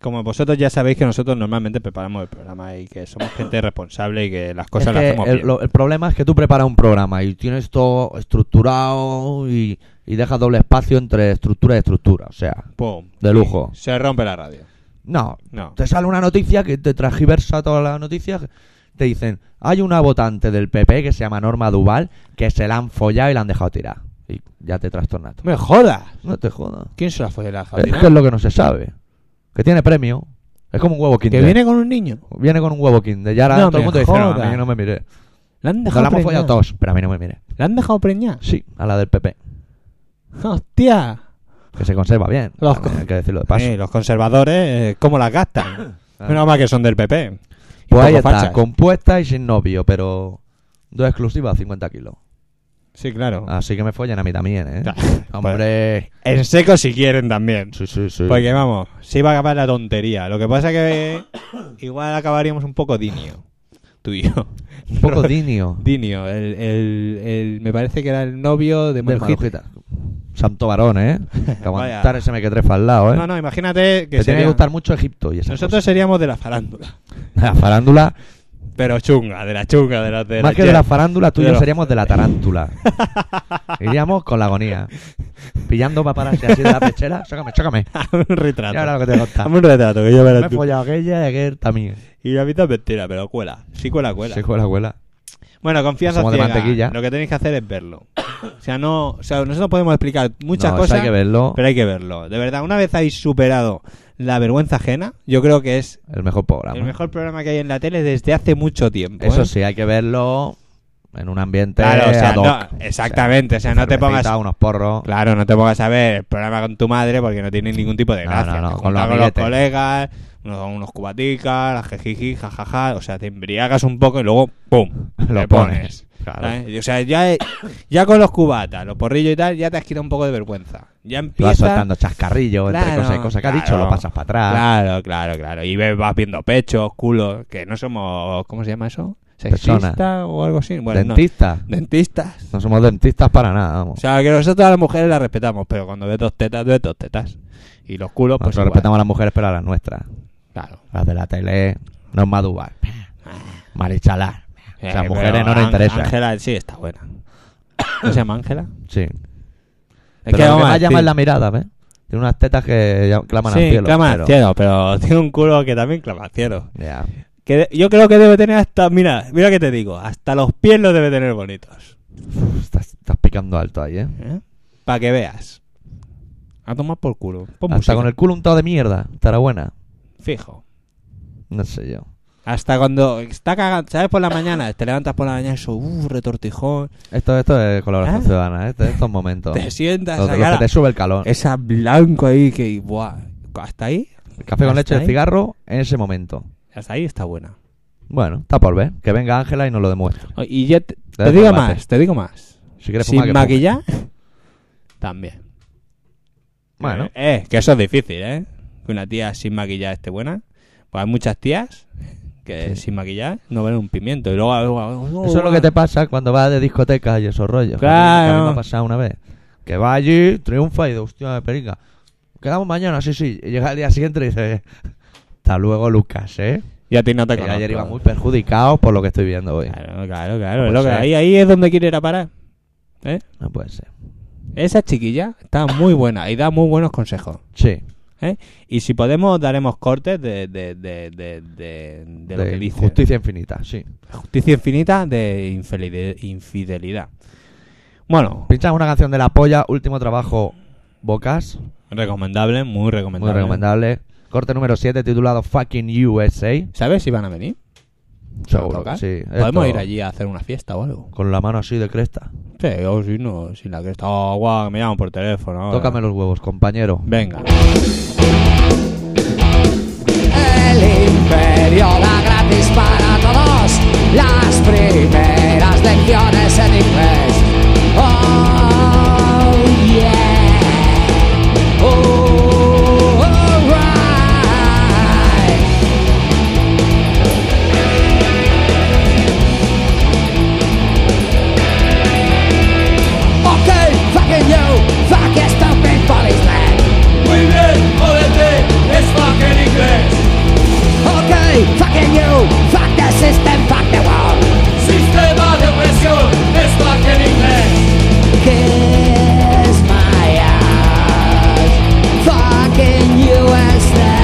Speaker 2: como vosotros ya sabéis que nosotros normalmente preparamos el programa y que somos gente responsable y que las cosas
Speaker 1: Es
Speaker 2: las
Speaker 1: que
Speaker 2: hacemos
Speaker 1: el,
Speaker 2: bien.
Speaker 1: lo- el problema es que tú preparas un programa y tienes todo estructurado y, y dejas doble espacio entre estructura y estructura. O sea,
Speaker 2: Pum.
Speaker 1: de lujo.
Speaker 2: Se rompe la radio.
Speaker 1: no,
Speaker 2: No.
Speaker 1: te sale una noticia que te transgiversa todas las noticias. Te dicen, hay una votante del PP que se llama Norma Duval que se la han follado y la han dejado tirar. Y ya te trastornas. tú.
Speaker 2: ¡Me jodas!
Speaker 1: No te jodas.
Speaker 2: ¿Quién se la fue de la
Speaker 1: Es que es lo que no se sabe. Que tiene premio. Es como un huevo
Speaker 2: Que
Speaker 1: kinder.
Speaker 2: viene con un niño.
Speaker 1: Viene con un huevo kinder. Y ahora
Speaker 2: No
Speaker 1: todo el
Speaker 2: me
Speaker 1: mundo dice, no, a
Speaker 2: jodas.
Speaker 1: mí no me mire.
Speaker 2: La han
Speaker 1: Nos
Speaker 2: dejado
Speaker 1: la hemos
Speaker 2: preñada.
Speaker 1: follado todos, pero a mí no me mire.
Speaker 2: La han dejado preñar.
Speaker 1: Sí, a la del PP.
Speaker 2: ¡Hostia!
Speaker 1: Que se conserva bien.
Speaker 2: Los
Speaker 1: También
Speaker 2: co-
Speaker 1: hay que decirlo de paso.
Speaker 2: Eh, los conservadores, eh, ¿cómo las <coughs> gastan? Menos mal que son del PP. Y
Speaker 1: pues ahí
Speaker 2: poco
Speaker 1: está,
Speaker 2: fachas.
Speaker 1: compuesta y sin novio, pero dos exclusivas, 50 kilos.
Speaker 2: Sí, claro.
Speaker 1: Así que me follan a mí también, ¿eh?
Speaker 2: Claro.
Speaker 1: <laughs> Hombre.
Speaker 2: Ah. En seco si quieren también.
Speaker 1: Sí, sí, sí.
Speaker 2: Porque vamos, se iba a acabar la tontería. Lo que pasa que <coughs> igual acabaríamos un poco dinio. Tú y yo.
Speaker 1: un poco
Speaker 2: <laughs>
Speaker 1: dinio.
Speaker 2: <coughs> Dinio, el, el- el- me parece que era el novio de
Speaker 1: Del
Speaker 2: Manojita.
Speaker 1: Manojita. Santo varón, ¿eh? Que
Speaker 2: Vaya.
Speaker 1: aguantar ese mequetrefa al lado, ¿eh?
Speaker 2: No, no, imagínate que
Speaker 1: Te tiene que
Speaker 2: sería-
Speaker 1: gustar mucho Egipto y esas
Speaker 2: Nosotros seríamos de la farándula.
Speaker 1: cosas. La farándula.
Speaker 2: Pero chunga, de la chunga, de la <laughs> de
Speaker 1: Más
Speaker 2: la
Speaker 1: que de
Speaker 2: jet.
Speaker 1: la farándula, tú y
Speaker 2: De
Speaker 1: yo
Speaker 2: la-
Speaker 1: seríamos de la
Speaker 2: <laughs>
Speaker 1: tarántula. Iríamos con la agonía. Pillando paparazzi así de la
Speaker 2: <laughs>
Speaker 1: pechera. Chócame, chócame.
Speaker 2: Hazme <laughs> un retrato.
Speaker 1: Ya ahora lo que te contar.
Speaker 2: Hazme un retrato, que yo verás
Speaker 1: Me he
Speaker 2: tú.
Speaker 1: follado aquella y aquel también.
Speaker 2: Y a mí es mentira, pero cuela. Sí cuela, cuela.
Speaker 1: Sí, cuela, cuela.
Speaker 2: Bueno, confianza
Speaker 1: Somos de
Speaker 2: ciega.
Speaker 1: mantequilla.
Speaker 2: Lo que tenéis que hacer es verlo. O sea, no, o sea, nosotros podemos explicar muchas
Speaker 1: No, eso
Speaker 2: cosas,
Speaker 1: hay que verlo.
Speaker 2: pero hay que verlo. De verdad, una vez habéis superado la vergüenza ajena, yo creo que es
Speaker 1: El mejor programa.
Speaker 2: el mejor programa que hay en la tele desde hace mucho tiempo. ¿eh?
Speaker 1: Eso sí, hay que verlo en un ambiente.
Speaker 2: Claro, o sea,
Speaker 1: ad hoc.
Speaker 2: no, exactamente, o sea, no te
Speaker 1: cervecita,
Speaker 2: pongas-
Speaker 1: unos porros.
Speaker 2: Claro, no te pongas a ver el programa con tu madre porque no tiene ningún tipo de
Speaker 1: No, no,
Speaker 2: gracia.
Speaker 1: no, con los
Speaker 2: Te juntas con los
Speaker 1: amiguetes.
Speaker 2: colegas, unos, unos cubaticas, las jejiji, jajaja. O sea, te embriagas un poco y luego ¡pum!
Speaker 1: <laughs> Lo
Speaker 2: te pones.
Speaker 1: pones, claro.
Speaker 2: ¿sabes? Y, O sea, ya, ya con los cubatas, los porrillos y tal, ya te has quitado un poco de vergüenza. Ya
Speaker 1: Y vas
Speaker 2: empieza...
Speaker 1: soltando chascarrillos entre
Speaker 2: Claro,
Speaker 1: cosas y cosas que ha dicho,
Speaker 2: claro.
Speaker 1: lo pasas para atrás.
Speaker 2: Claro, claro, claro. Y ves, vas viendo pechos, culos, que no somos... ¿Cómo se llama eso? ¿Sexista
Speaker 1: Personas.
Speaker 2: o algo así? Bueno, no.
Speaker 1: Dentistas. No.
Speaker 2: Dentistas.
Speaker 1: somos dentistas para nada,
Speaker 2: O
Speaker 1: vamos.
Speaker 2: sea, que nosotros a las mujeres las respetamos, pero cuando ves dos tetas, ves dos tetas. Y los culos, pues
Speaker 1: Nosotros
Speaker 2: igual.
Speaker 1: respetamos a las mujeres, pero a las nuestras.
Speaker 2: Claro.
Speaker 1: Las de la tele, Norma Duval, Marichalar. O sea,
Speaker 2: Eh,
Speaker 1: mujeres
Speaker 2: pero
Speaker 1: no nos
Speaker 2: Ángel-
Speaker 1: interesa.
Speaker 2: Ángela sí está buena. <coughs> ¿No se llama Ángela?
Speaker 1: Sí.
Speaker 2: Es
Speaker 1: Pero lo que
Speaker 2: vamos a
Speaker 1: más llama
Speaker 2: decir-
Speaker 1: es la mirada, ¿ves? Tiene unas tetas que ya- claman
Speaker 2: sí,
Speaker 1: al cielo.
Speaker 2: clama
Speaker 1: pero-
Speaker 2: al cielo, pero <laughs> tiene un culo que también clama al cielo.
Speaker 1: Ya.
Speaker 2: Que de- yo creo que debe tener hasta, mira, mira que te digo, hasta los pies los debe tener bonitos.
Speaker 1: Uf, pues, estás, estás picando alto ahí, ¿eh?
Speaker 2: Para que veas. A tomar por culo. Pon
Speaker 1: Hasta
Speaker 2: música.
Speaker 1: con el culo untado de mierda. Estará buena.
Speaker 2: Fijo.
Speaker 1: No sé yo.
Speaker 2: Hasta cuando está cagando, ¿sabes? Por la mañana, te levantas por la mañana y eso, uh, retortijón.
Speaker 1: Esto, esto es colaboración
Speaker 2: ¿Eh?
Speaker 1: ciudadana, este- estos momentos.
Speaker 2: Te sientas,
Speaker 1: Lo-
Speaker 2: esa
Speaker 1: lo que
Speaker 2: cara-
Speaker 1: te sube el calor.
Speaker 2: Esa blanco ahí que, buah, hasta ahí,
Speaker 1: El café con
Speaker 2: ¿Hasta
Speaker 1: leche y el
Speaker 2: ¿Ah, ahí?
Speaker 1: cigarro en ese momento.
Speaker 2: hasta ahí está buena.
Speaker 1: Bueno, está por ver. Que venga Ángela y nos lo demuestre.
Speaker 2: Y ya te, te
Speaker 1: Dale,
Speaker 2: digo
Speaker 1: combate.
Speaker 2: más, te digo más.
Speaker 1: Si quieres fumar,
Speaker 2: Sin
Speaker 1: que
Speaker 2: maquillar, <laughs> también.
Speaker 1: fume. Bueno,
Speaker 2: Eh, eh, que eso es difícil, ¿eh? Que una tía sin maquillar esté buena. Pues hay muchas tías que sin maquillar no ven un pimiento. Y luego, ah, luego, luego,
Speaker 1: eso es lo que te pasa cuando vas de discoteca y esos rollos. Que a mí-
Speaker 2: Claro.
Speaker 1: que a mí me ha pasado una vez. Que va allí, triunfa y de hostia de perica. Quedamos mañana, sí, sí. Y llega el día siguiente y dice... Hasta luego, Lucas, ¿eh?
Speaker 2: Y a ti no te
Speaker 1: Que
Speaker 2: conozco.
Speaker 1: ayer iba Pues muy perjudicado por lo que estoy viendo hoy.
Speaker 2: Claro, claro, claro.
Speaker 1: No puede
Speaker 2: es lo que-
Speaker 1: ser.
Speaker 2: ahí, ahí es donde quiere ir a parar. ¿Eh?
Speaker 1: No puede ser.
Speaker 2: Esa chiquilla está muy buena y da muy buenos consejos.
Speaker 1: Sí.
Speaker 2: ¿eh? Y si podemos, daremos cortes de, de, de, de, de- de lo
Speaker 1: de
Speaker 2: que dice.
Speaker 1: justicia infinita, sí.
Speaker 2: Justicia infinita de infeli- infidelidad. Bueno,
Speaker 1: Pinchas una canción de La Polla, último trabajo, Bocas,
Speaker 2: recomendable, muy recomendable.
Speaker 1: muy recomendable. Corte número 7, titulado Fucking USA.
Speaker 2: ¿Sabes si van a venir?
Speaker 1: Seguro,
Speaker 2: ¿A tocar?
Speaker 1: sí.
Speaker 2: Podemos
Speaker 1: Esto
Speaker 2: ir allí a hacer una fiesta o algo.
Speaker 1: Con la mano así de cresta.
Speaker 2: Sí, o si no, sin la que está. Oh, guau, me llaman por teléfono. ahora.
Speaker 1: Tócame los huevos, compañero.
Speaker 2: Venga.
Speaker 5: El imperio da gratis para todos las primeras lecciones en inglés. Oh, yeah. Oh, alright. Okay, fucking you, fuck stupid policeman.
Speaker 6: Muy bien, jódete, es fucking inglés.
Speaker 5: System fuck the world.
Speaker 4: Sistema de opresión, es más que en inglés.
Speaker 5: Kiss my ass. Fucking USA.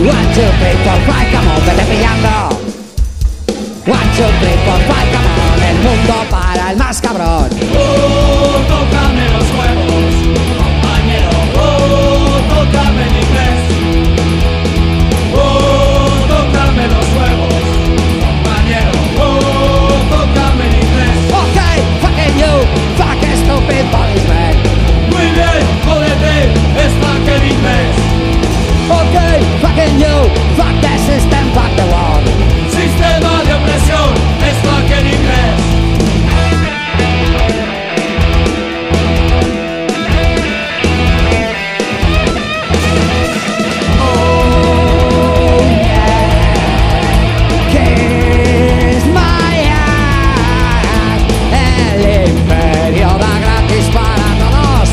Speaker 5: One, two, three, four, five, come on, vete pillando. One, two, three, four, five, come on. El mundo para el más cabrón.
Speaker 4: Oh, tócame los huevos, compañero. Oh, tócame en inglés. Oh, tócame los huevos, compañero. Oh, tócame en inglés.
Speaker 5: Ok, fucking you. Fuck stupid policeman.
Speaker 4: Muy bien, jódete, es más que en inglés.
Speaker 5: Ok, fucking you. Fuck the system, fuck the world.
Speaker 4: Sistema de opresión, es más que en inglés.
Speaker 5: Kiss my ass. El imperio da gratis para todos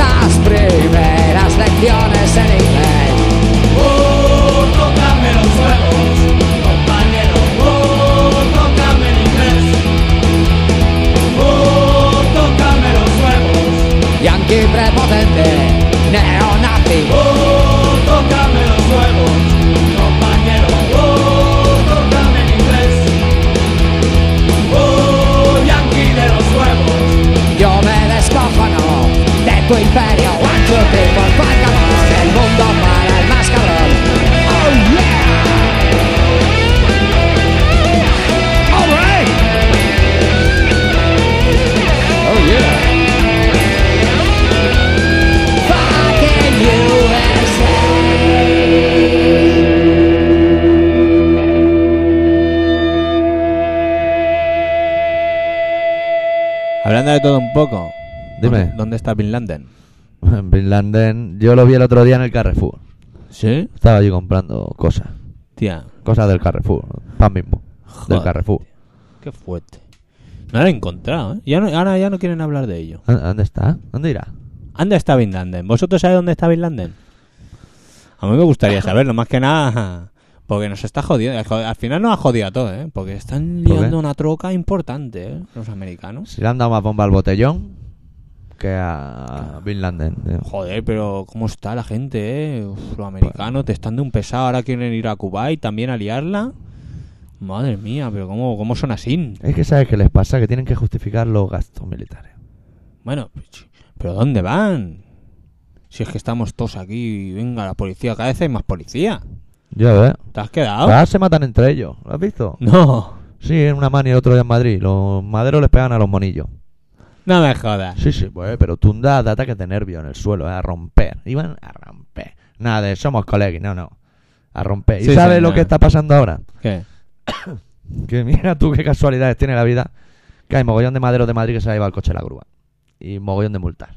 Speaker 5: las primeras lecciones en inglés.
Speaker 4: Oh, tócame los huevos, compañero. Oh, tócame en inglés. Oh, tócame los huevos.
Speaker 5: Yankee prepotente, neonazi.
Speaker 4: Oh, tócame los huevos, compañero. Oh, tócame en inglés. Oh, yankee de los huevos.
Speaker 5: Yo me descojono de tu imperio. One, two, three, four, five, come on. El mundo para el más cabrón. Oh yeah. All right. Oh yeah. Fucking USA.
Speaker 2: Hablando de todo un poco.
Speaker 1: Dime.
Speaker 2: ¿dónde- ¿Dónde está Bin Laden?
Speaker 1: <laughs> En Bin Laden, yo lo vi el otro día en el Carrefour.
Speaker 2: ¿Sí?
Speaker 1: Estaba allí comprando cosas.
Speaker 2: Tía,
Speaker 1: Cosas del Carrefour. Pan mismo.
Speaker 2: Joder.
Speaker 1: Del Carrefour.
Speaker 2: qué fuerte. No lo he encontrado, ¿eh? Ya no- ahora ya no quieren hablar de ello.
Speaker 1: ¿Dó- ¿Dónde está? ¿Dónde irá?
Speaker 2: ¿Dónde está Bin Laden? ¿Vosotros sabéis dónde está Bin Laden? A mí me gustaría saberlo, más que nada porque nos está jodiendo. Al final nos ha jodido a todos, ¿eh? Porque están
Speaker 1: ¿Por qué?
Speaker 2: liando una troca importante, ¿eh? Los americanos.
Speaker 1: Si le han dado más bomba al botellón que a Bin Laden. tío.
Speaker 2: Joder, pero ¿cómo está la gente, eh? Uf,
Speaker 1: Pues
Speaker 2: los americanos te están de un pesado. Ahora quieren ir a Cuba y también a liarla. Madre mía, pero ¿cómo, cómo son así?
Speaker 1: Es que sabes qué les pasa, que tienen que justificar los gastos militares.
Speaker 2: Bueno, ch- pero ¿dónde van? Si es que estamos todos aquí, venga la policía, cada vez hay más policía.
Speaker 1: Ya ves.
Speaker 2: ¿Te has quedado?
Speaker 1: Ahora se matan entre ellos. ¿Lo has visto?
Speaker 2: No,
Speaker 1: Sí, en una mano y el otro día en Madrid. Los maderos les pegan a los monillos.
Speaker 2: no me jodas.
Speaker 1: Sí, sí, pues, pero tundas de ataques de nervio en el suelo, ¿eh? a romper. Iban a romper. Nada de somos colegas, no, no. A romper. ¿Y
Speaker 2: Sí,
Speaker 1: sabes
Speaker 2: sí,
Speaker 1: lo
Speaker 2: no.
Speaker 1: que está pasando ahora?
Speaker 2: ¿Qué?
Speaker 1: Que mira tú qué casualidades tiene la vida. Que hay mogollón de maderos de Madrid que se ha llevado el coche a la grúa. Y mogollón de multas.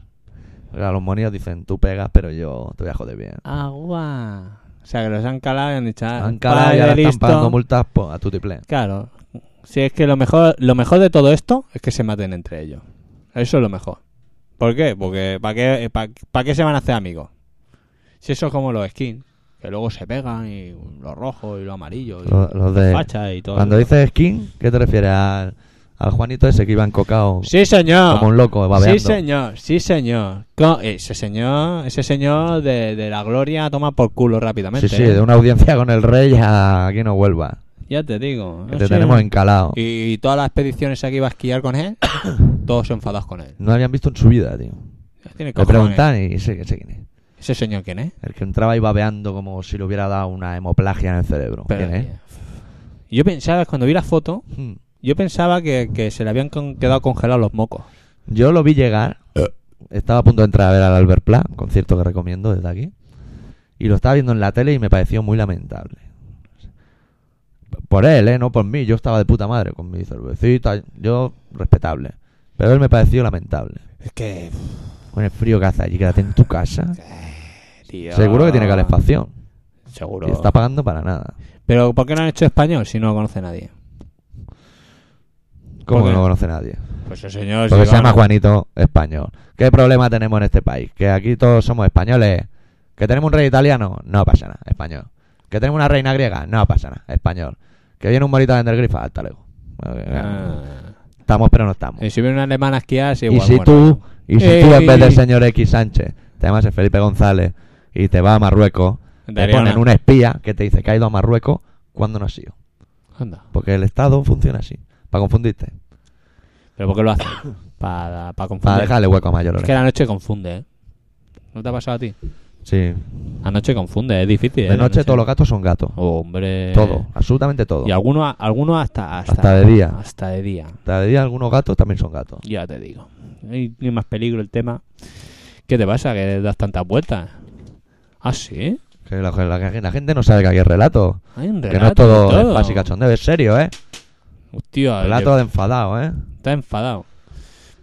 Speaker 1: A los monillos dicen, tú pegas, pero yo te voy a joder bien.
Speaker 2: Agua. O sea, que los han calado y han dicho... ah,
Speaker 1: Han calado y
Speaker 2: vale,
Speaker 1: ahora están
Speaker 2: listo.
Speaker 1: pagando multas po, a tu tiple.
Speaker 2: Claro. Si es que lo mejor, lo mejor de todo esto es que se maten entre ellos. Eso es lo mejor. ¿Por qué? Porque ¿para qué, para, qué se van a hacer amigos? Si eso es como los skins, que luego se pegan y lo rojo y lo amarillo y
Speaker 1: Lo- lo de-
Speaker 2: facha y todo.
Speaker 1: Cuando
Speaker 2: eso.
Speaker 1: dices skin, ¿qué te refieres? Al, al Juanito ese que iba encocado
Speaker 2: Sí, señor.
Speaker 1: como un loco, babeando.
Speaker 2: Sí, señor, sí, señor. Co- Ese señor, ese señor de, de la gloria toma por culo rápidamente.
Speaker 1: Sí, sí,
Speaker 2: ¿eh?
Speaker 1: de una audiencia con el rey a que no vuelva.
Speaker 2: Ya te digo.
Speaker 1: Que
Speaker 2: no
Speaker 1: te
Speaker 2: sé.
Speaker 1: tenemos encalado.
Speaker 2: Y, y todas las expediciones aquí iba a esquiar
Speaker 1: <coughs>
Speaker 2: con él, todos enfadados con él.
Speaker 1: No habían visto en su vida, tío.
Speaker 2: Tiene
Speaker 1: Le
Speaker 2: cojones.
Speaker 1: preguntan y sé, sé quién es.
Speaker 2: ¿Ese señor quién es?
Speaker 1: El que entraba y babeando como si le hubiera dado una hemoplagia en el cerebro.
Speaker 2: Pero-
Speaker 1: ¿Quién es?
Speaker 2: Yo pensaba, cuando vi la foto,
Speaker 1: Hmm.
Speaker 2: yo pensaba que, que se le habían con- quedado congelados los mocos.
Speaker 1: Yo lo vi llegar. Estaba a punto de entrar a ver al Albert Pla, concierto que recomiendo desde aquí. Y lo estaba viendo en la tele y me pareció muy lamentable. Por él, ¿eh? No por mí. Yo estaba de puta madre con mi cervecita. Yo, respetable. Pero él me pareció lamentable.
Speaker 2: Es que.
Speaker 1: Con el frío que hace allí, quédate en tu casa. Seguro que tiene calefacción.
Speaker 2: Seguro.
Speaker 1: Y está pagando para nada.
Speaker 2: Pero ¿por qué no han hecho español si no lo conoce nadie?
Speaker 1: ¿Cómo
Speaker 2: ¿Por
Speaker 1: que
Speaker 2: qué?
Speaker 1: no conoce nadie?
Speaker 2: Pues el señor.
Speaker 1: Porque
Speaker 2: si
Speaker 1: se llama
Speaker 2: van-
Speaker 1: Juanito Español. ¿Qué problema tenemos en este país? Que aquí todos somos españoles. ¿Que tenemos un rey italiano? No pasa nada, español. ¿Que tenemos una reina griega? No pasa nada, español. Que viene un bonito a vender grifas, hasta luego. Bueno, que- Estamos, pero no estamos.
Speaker 2: Y si viene un alemán a esquiar, sí,
Speaker 1: y
Speaker 2: Ah. igual,
Speaker 1: si
Speaker 2: bueno. Eh,
Speaker 1: tú, y si tú en vez
Speaker 2: Ey.
Speaker 1: del señor X Sánchez, te llamas el Felipe González y te vas a Marruecos, te
Speaker 2: Daría
Speaker 1: ponen
Speaker 2: una-
Speaker 1: una espía que te dice que ha ido a Marruecos cuando no ha sido.
Speaker 2: Anda.
Speaker 1: Porque el Estado funciona así, para confundirte,
Speaker 2: ¿Pero por qué lo hacen? <coughs> Para, para confundir.
Speaker 1: para dejarle hueco a mayor
Speaker 2: Es que la noche confunde, ¿eh? ¿No te ha pasado a ti?
Speaker 1: Sí.
Speaker 2: Anoche confunde, es difícil. ¿eh?
Speaker 1: De
Speaker 2: La
Speaker 1: noche todos los gatos son gatos.
Speaker 2: Hombre.
Speaker 1: Todo, absolutamente todo.
Speaker 2: Y algunos alguno hasta, hasta.
Speaker 1: Hasta de día.
Speaker 2: Hasta de día.
Speaker 1: Hasta de día algunos gatos también son gatos.
Speaker 2: Ya te digo. Hay, hay más peligro el tema. ¿Qué te pasa? Que das tantas vueltas. Ah, sí.
Speaker 1: Que la, la- la gente no sabe que aquí es relato.
Speaker 2: Hay un
Speaker 1: que no es
Speaker 2: relato
Speaker 1: todo,
Speaker 2: y
Speaker 1: es fácil cachondeo, es serio, ¿eh?
Speaker 2: Hostia,
Speaker 1: Relato de enfadado, ¿eh?
Speaker 2: está enfadado.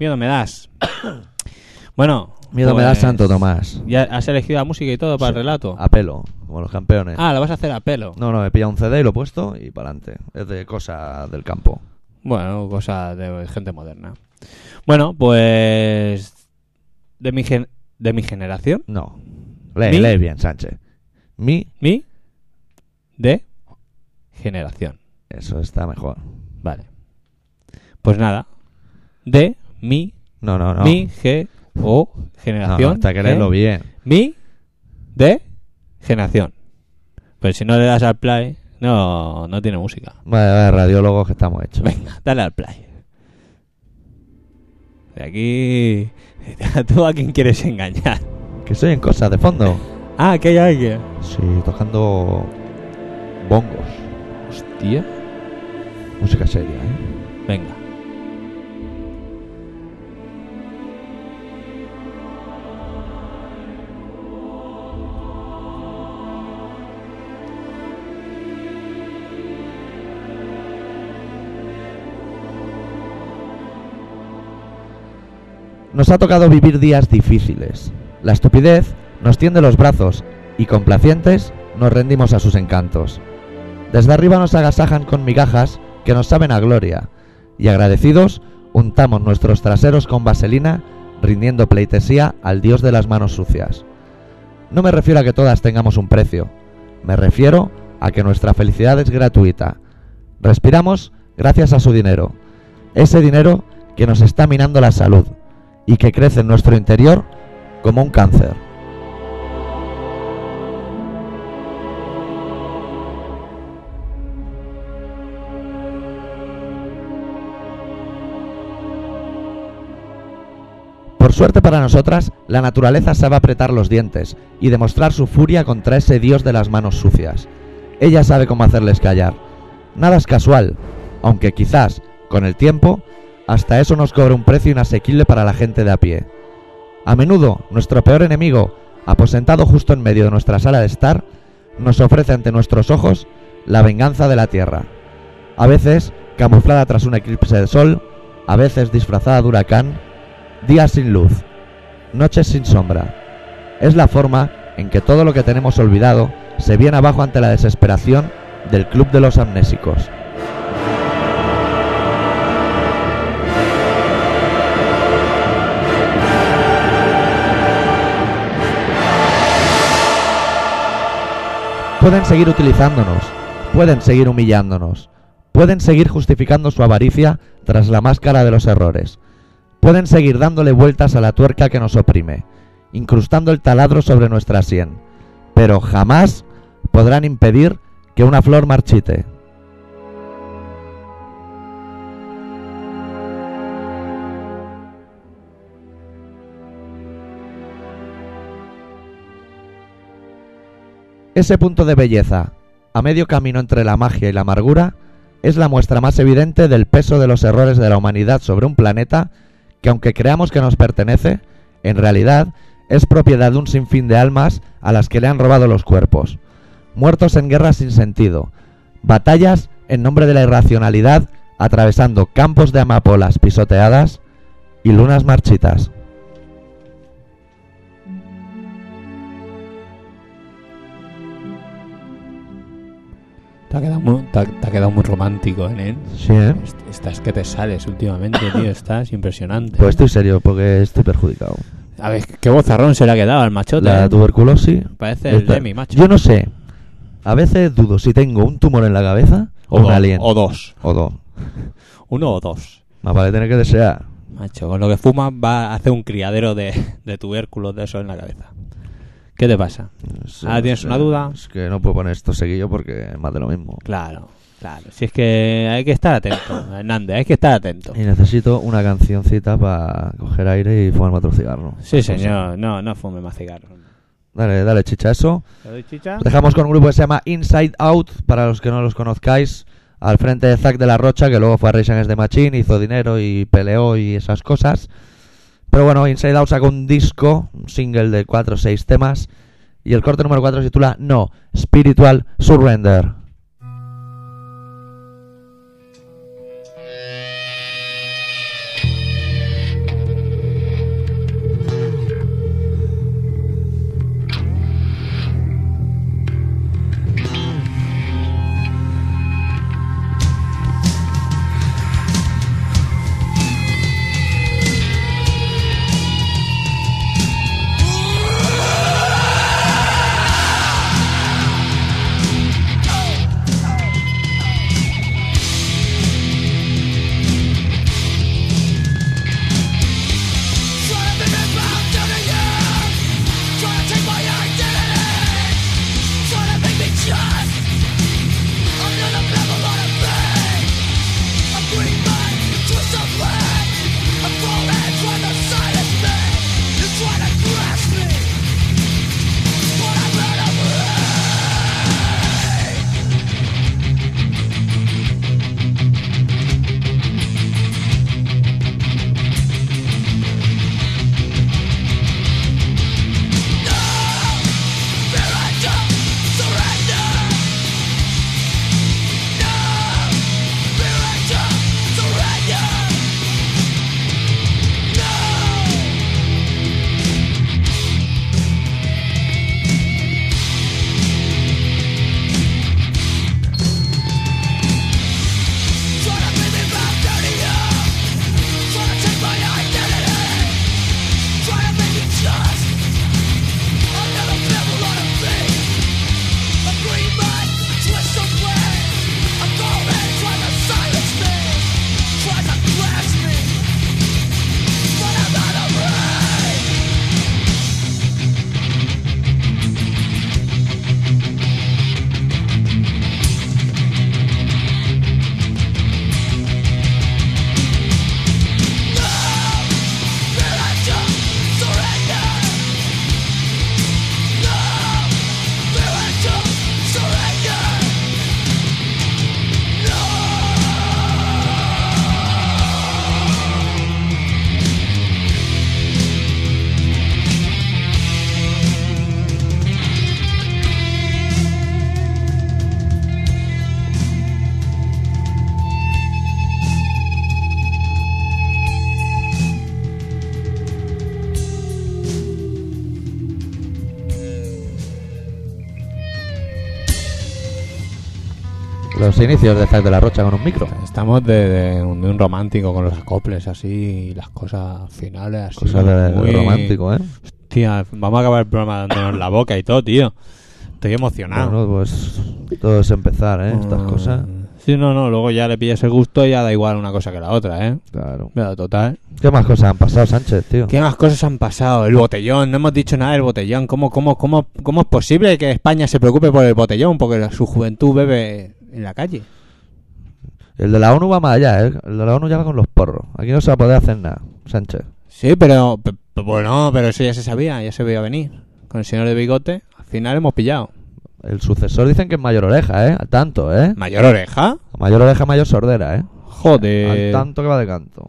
Speaker 2: Miedo me das. <coughs> bueno.
Speaker 1: Miedo me da
Speaker 2: pues,
Speaker 1: Santo Tomás.
Speaker 2: Ya has elegido la música y todo para el relato.
Speaker 1: A pelo, como los campeones.
Speaker 2: Ah, la vas a hacer a pelo.
Speaker 1: No, no, he pillado un CD y lo he puesto y para adelante. Es de cosas del campo.
Speaker 2: Bueno, cosa de gente moderna. Bueno, pues de mi gen- de mi generación,
Speaker 1: No. Lee,
Speaker 2: ¿Mi?
Speaker 1: lee bien, Sánchez. Mi,
Speaker 2: mi de generación,
Speaker 1: eso está mejor.
Speaker 2: vale. Pues nada, de mi
Speaker 1: No, no, no.
Speaker 2: mi g o
Speaker 1: no,
Speaker 2: generación.
Speaker 1: no, Ah. hasta que leerlo
Speaker 2: eh,
Speaker 1: bien.
Speaker 2: Mi de generación. Pero si no le das al play, no no tiene música. <laughs>
Speaker 1: Vale, vale, radiólogos que estamos hechos.
Speaker 2: Venga, dale al play. De aquí. <laughs> Tú a quien quieres engañar.
Speaker 1: Que se oyen cosas de fondo.
Speaker 2: Ah, que hay alguien.
Speaker 1: Sí, tocando bongos.
Speaker 2: Hostia.
Speaker 1: Música seria, ¿eh?
Speaker 2: Venga.
Speaker 1: Nos ha tocado vivir días difíciles. La estupidez nos tiende los brazos y complacientes nos rendimos a sus encantos. Desde arriba nos agasajan con migajas que nos saben a gloria y agradecidos untamos nuestros traseros con vaselina rindiendo pleitesía al dios de las manos sucias. No me refiero a que todas tengamos un precio, me refiero a que nuestra felicidad es gratuita. Respiramos gracias a su dinero, ese dinero que nos está minando la salud y que crece en nuestro interior como un cáncer. Por suerte para nosotras, la naturaleza sabe apretar los dientes y demostrar su furia contra ese dios de las manos sucias. Ella sabe cómo hacerles callar. Nada es casual, aunque quizás, con el tiempo, hasta eso nos cobra un precio inasequible para la gente de a pie. A menudo, nuestro peor enemigo, aposentado justo en medio de nuestra sala de estar, nos ofrece ante nuestros ojos la venganza de la Tierra. A veces, camuflada tras un eclipse de sol, a veces disfrazada de huracán, días sin luz, noches sin sombra. Es la forma en que todo lo que tenemos olvidado se viene abajo ante la desesperación del Club de los Amnésicos. Pueden seguir utilizándonos, pueden seguir humillándonos, pueden seguir justificando su avaricia tras la máscara de los errores, pueden seguir dándole vueltas a la tuerca que nos oprime, incrustando el taladro sobre nuestra sien, pero jamás podrán impedir que una flor marchite. Ese punto de belleza, a medio camino entre la magia y la amargura, es la muestra más evidente del peso de los errores de la humanidad sobre un planeta que aunque creamos que nos pertenece, en realidad es propiedad de un sinfín de almas a las que le han robado los cuerpos, muertos en guerras sin sentido, batallas en nombre de la irracionalidad atravesando campos de amapolas pisoteadas y lunas marchitas.
Speaker 2: Te ha quedado muy, te ha- te ha quedado muy romántico, ¿eh?
Speaker 1: Sí, ¿eh?
Speaker 2: Est- Estás que te sales últimamente, <laughs> tío. Estás impresionante.
Speaker 1: Pues estoy serio porque estoy perjudicado.
Speaker 2: A ver, qué bozarrón se le ha quedado al machote.
Speaker 1: La
Speaker 2: ¿eh?
Speaker 1: tuberculosis
Speaker 2: Parece Este el
Speaker 1: Esta-
Speaker 2: Demi, macho.
Speaker 1: Yo no sé. A veces dudo si tengo un tumor en la cabeza O, un
Speaker 2: dos,
Speaker 1: alien.
Speaker 2: O dos.
Speaker 1: O dos.
Speaker 2: Uno o dos.
Speaker 1: Más vale tener que desear.
Speaker 2: Macho, con lo que fumas va a hacer un criadero de, de tubérculos de eso en la cabeza. ¿Qué te pasa?
Speaker 1: Sí,
Speaker 2: Ahora tienes
Speaker 1: sí.
Speaker 2: una duda.
Speaker 1: Es que no puedo poner esto seguido porque es más de lo mismo.
Speaker 2: Claro, claro. Si es que hay que estar <coughs> atento, Hernández, hay que estar atento.
Speaker 1: Y necesito una cancioncita para coger aire y fumarme otro cigarro.
Speaker 2: Sí, señor. No, no fume más cigarros.
Speaker 1: Dale, dale, chicha, eso.
Speaker 2: ¿Te doy chicha?
Speaker 1: Os Dejamos con un grupo que se llama Inside Out, para los que no los conozcáis. Al frente de Zack de la Rocha, que luego fue a Rage Against the Machine, hizo dinero y peleó y esas cosas. Pero bueno, Inside Out sacó un disco, un single de 4 o 6 temas. Y el corte número 4 se titula No, Spiritual Surrender. Los inicios de Zack de la Rocha con un micro.
Speaker 2: Estamos de, de un, de un romántico con los acoples así y las cosas finales así.
Speaker 1: Cosa de, de
Speaker 2: muy-
Speaker 1: romántico, ¿eh?
Speaker 2: Hostia, vamos a acabar el programa dándonos la boca y todo, tío. Estoy emocionado.
Speaker 1: Bueno, pues todo es empezar, ¿eh? Estas
Speaker 2: Mm.
Speaker 1: cosas.
Speaker 2: Sí, no, no, luego ya le pillas el gusto y ya da igual una cosa que la otra, ¿eh?
Speaker 1: Claro.
Speaker 2: Pero total.
Speaker 1: ¿Qué más cosas han pasado, Sánchez, tío?
Speaker 2: ¿Qué más cosas han pasado? El botellón, no hemos dicho nada del botellón. ¿Cómo, cómo, cómo, cómo es posible que España se preocupe por el botellón? Porque la- su juventud bebe en la calle.
Speaker 1: El de la ONU va más allá, ¿eh? El de la ONU ya va con los porros. Aquí no se va a poder hacer nada, Sánchez.
Speaker 2: Sí, pero. pe- pe- Bueno, pero eso ya se sabía, ya se veía venir. Con el señor de bigote, al final hemos pillado.
Speaker 1: El sucesor dicen que es mayor oreja, ¿eh? Al tanto, ¿eh?
Speaker 2: ¿Mayor oreja?
Speaker 1: A mayor oreja, mayor sordera, ¿eh? Al
Speaker 2: Joder.
Speaker 1: tanto que va de canto.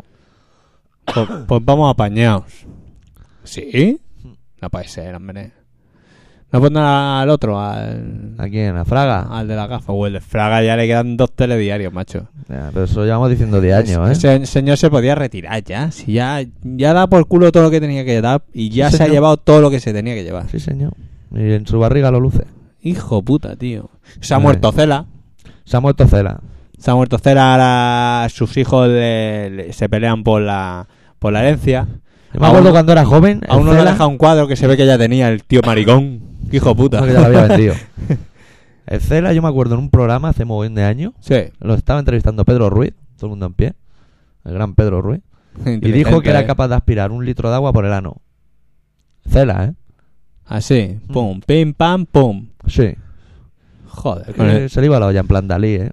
Speaker 2: Pues, pues vamos apañados. ¿Sí? No puede ser, hombre. No pondrán al otro, al,
Speaker 1: ¿A quién? ¿A Fraga?
Speaker 2: al de la gafa. O el de Fraga ya le quedan dos telediarios, macho.
Speaker 1: Ya, pero eso llevamos diciendo 10 años, ¿eh?
Speaker 2: Ese señor se podía retirar ya. Si ya, ya da por culo todo lo que tenía que dar y ya
Speaker 1: Sí,
Speaker 2: se ha
Speaker 1: señor.
Speaker 2: llevado todo lo que se tenía que llevar.
Speaker 1: Sí, señor. Y en su barriga lo luce.
Speaker 2: Hijo puta, tío. Se ha
Speaker 1: Vale.
Speaker 2: muerto Cela.
Speaker 1: Se ha muerto Cela.
Speaker 2: Se ha muerto Cela. Ahora sus hijos le- le- se pelean por la, por la herencia.
Speaker 1: Yo me
Speaker 2: Aún-
Speaker 1: acuerdo cuando era joven. el
Speaker 2: Aún no
Speaker 1: <laughs>
Speaker 2: le
Speaker 1: Cela-
Speaker 2: <laughs> deja un cuadro que se ve que ya tenía el tío maricón. Hijo puta.
Speaker 1: No, que ya lo había vendido. El Cela, yo me acuerdo en un programa hace muy de año,
Speaker 2: Sí.
Speaker 1: lo estaba entrevistando Pedro Ruiz, todo el mundo en pie, el gran Pedro Ruiz, y dijo que
Speaker 2: eh.
Speaker 1: era capaz de aspirar un litro de agua por el ano. Cela, ¿eh?
Speaker 2: Así.
Speaker 1: Mm.
Speaker 2: Pum, pim, pam, pum.
Speaker 1: Sí.
Speaker 2: Joder. eh,
Speaker 1: Es que se le iba la olla en plan Dalí, ¿eh?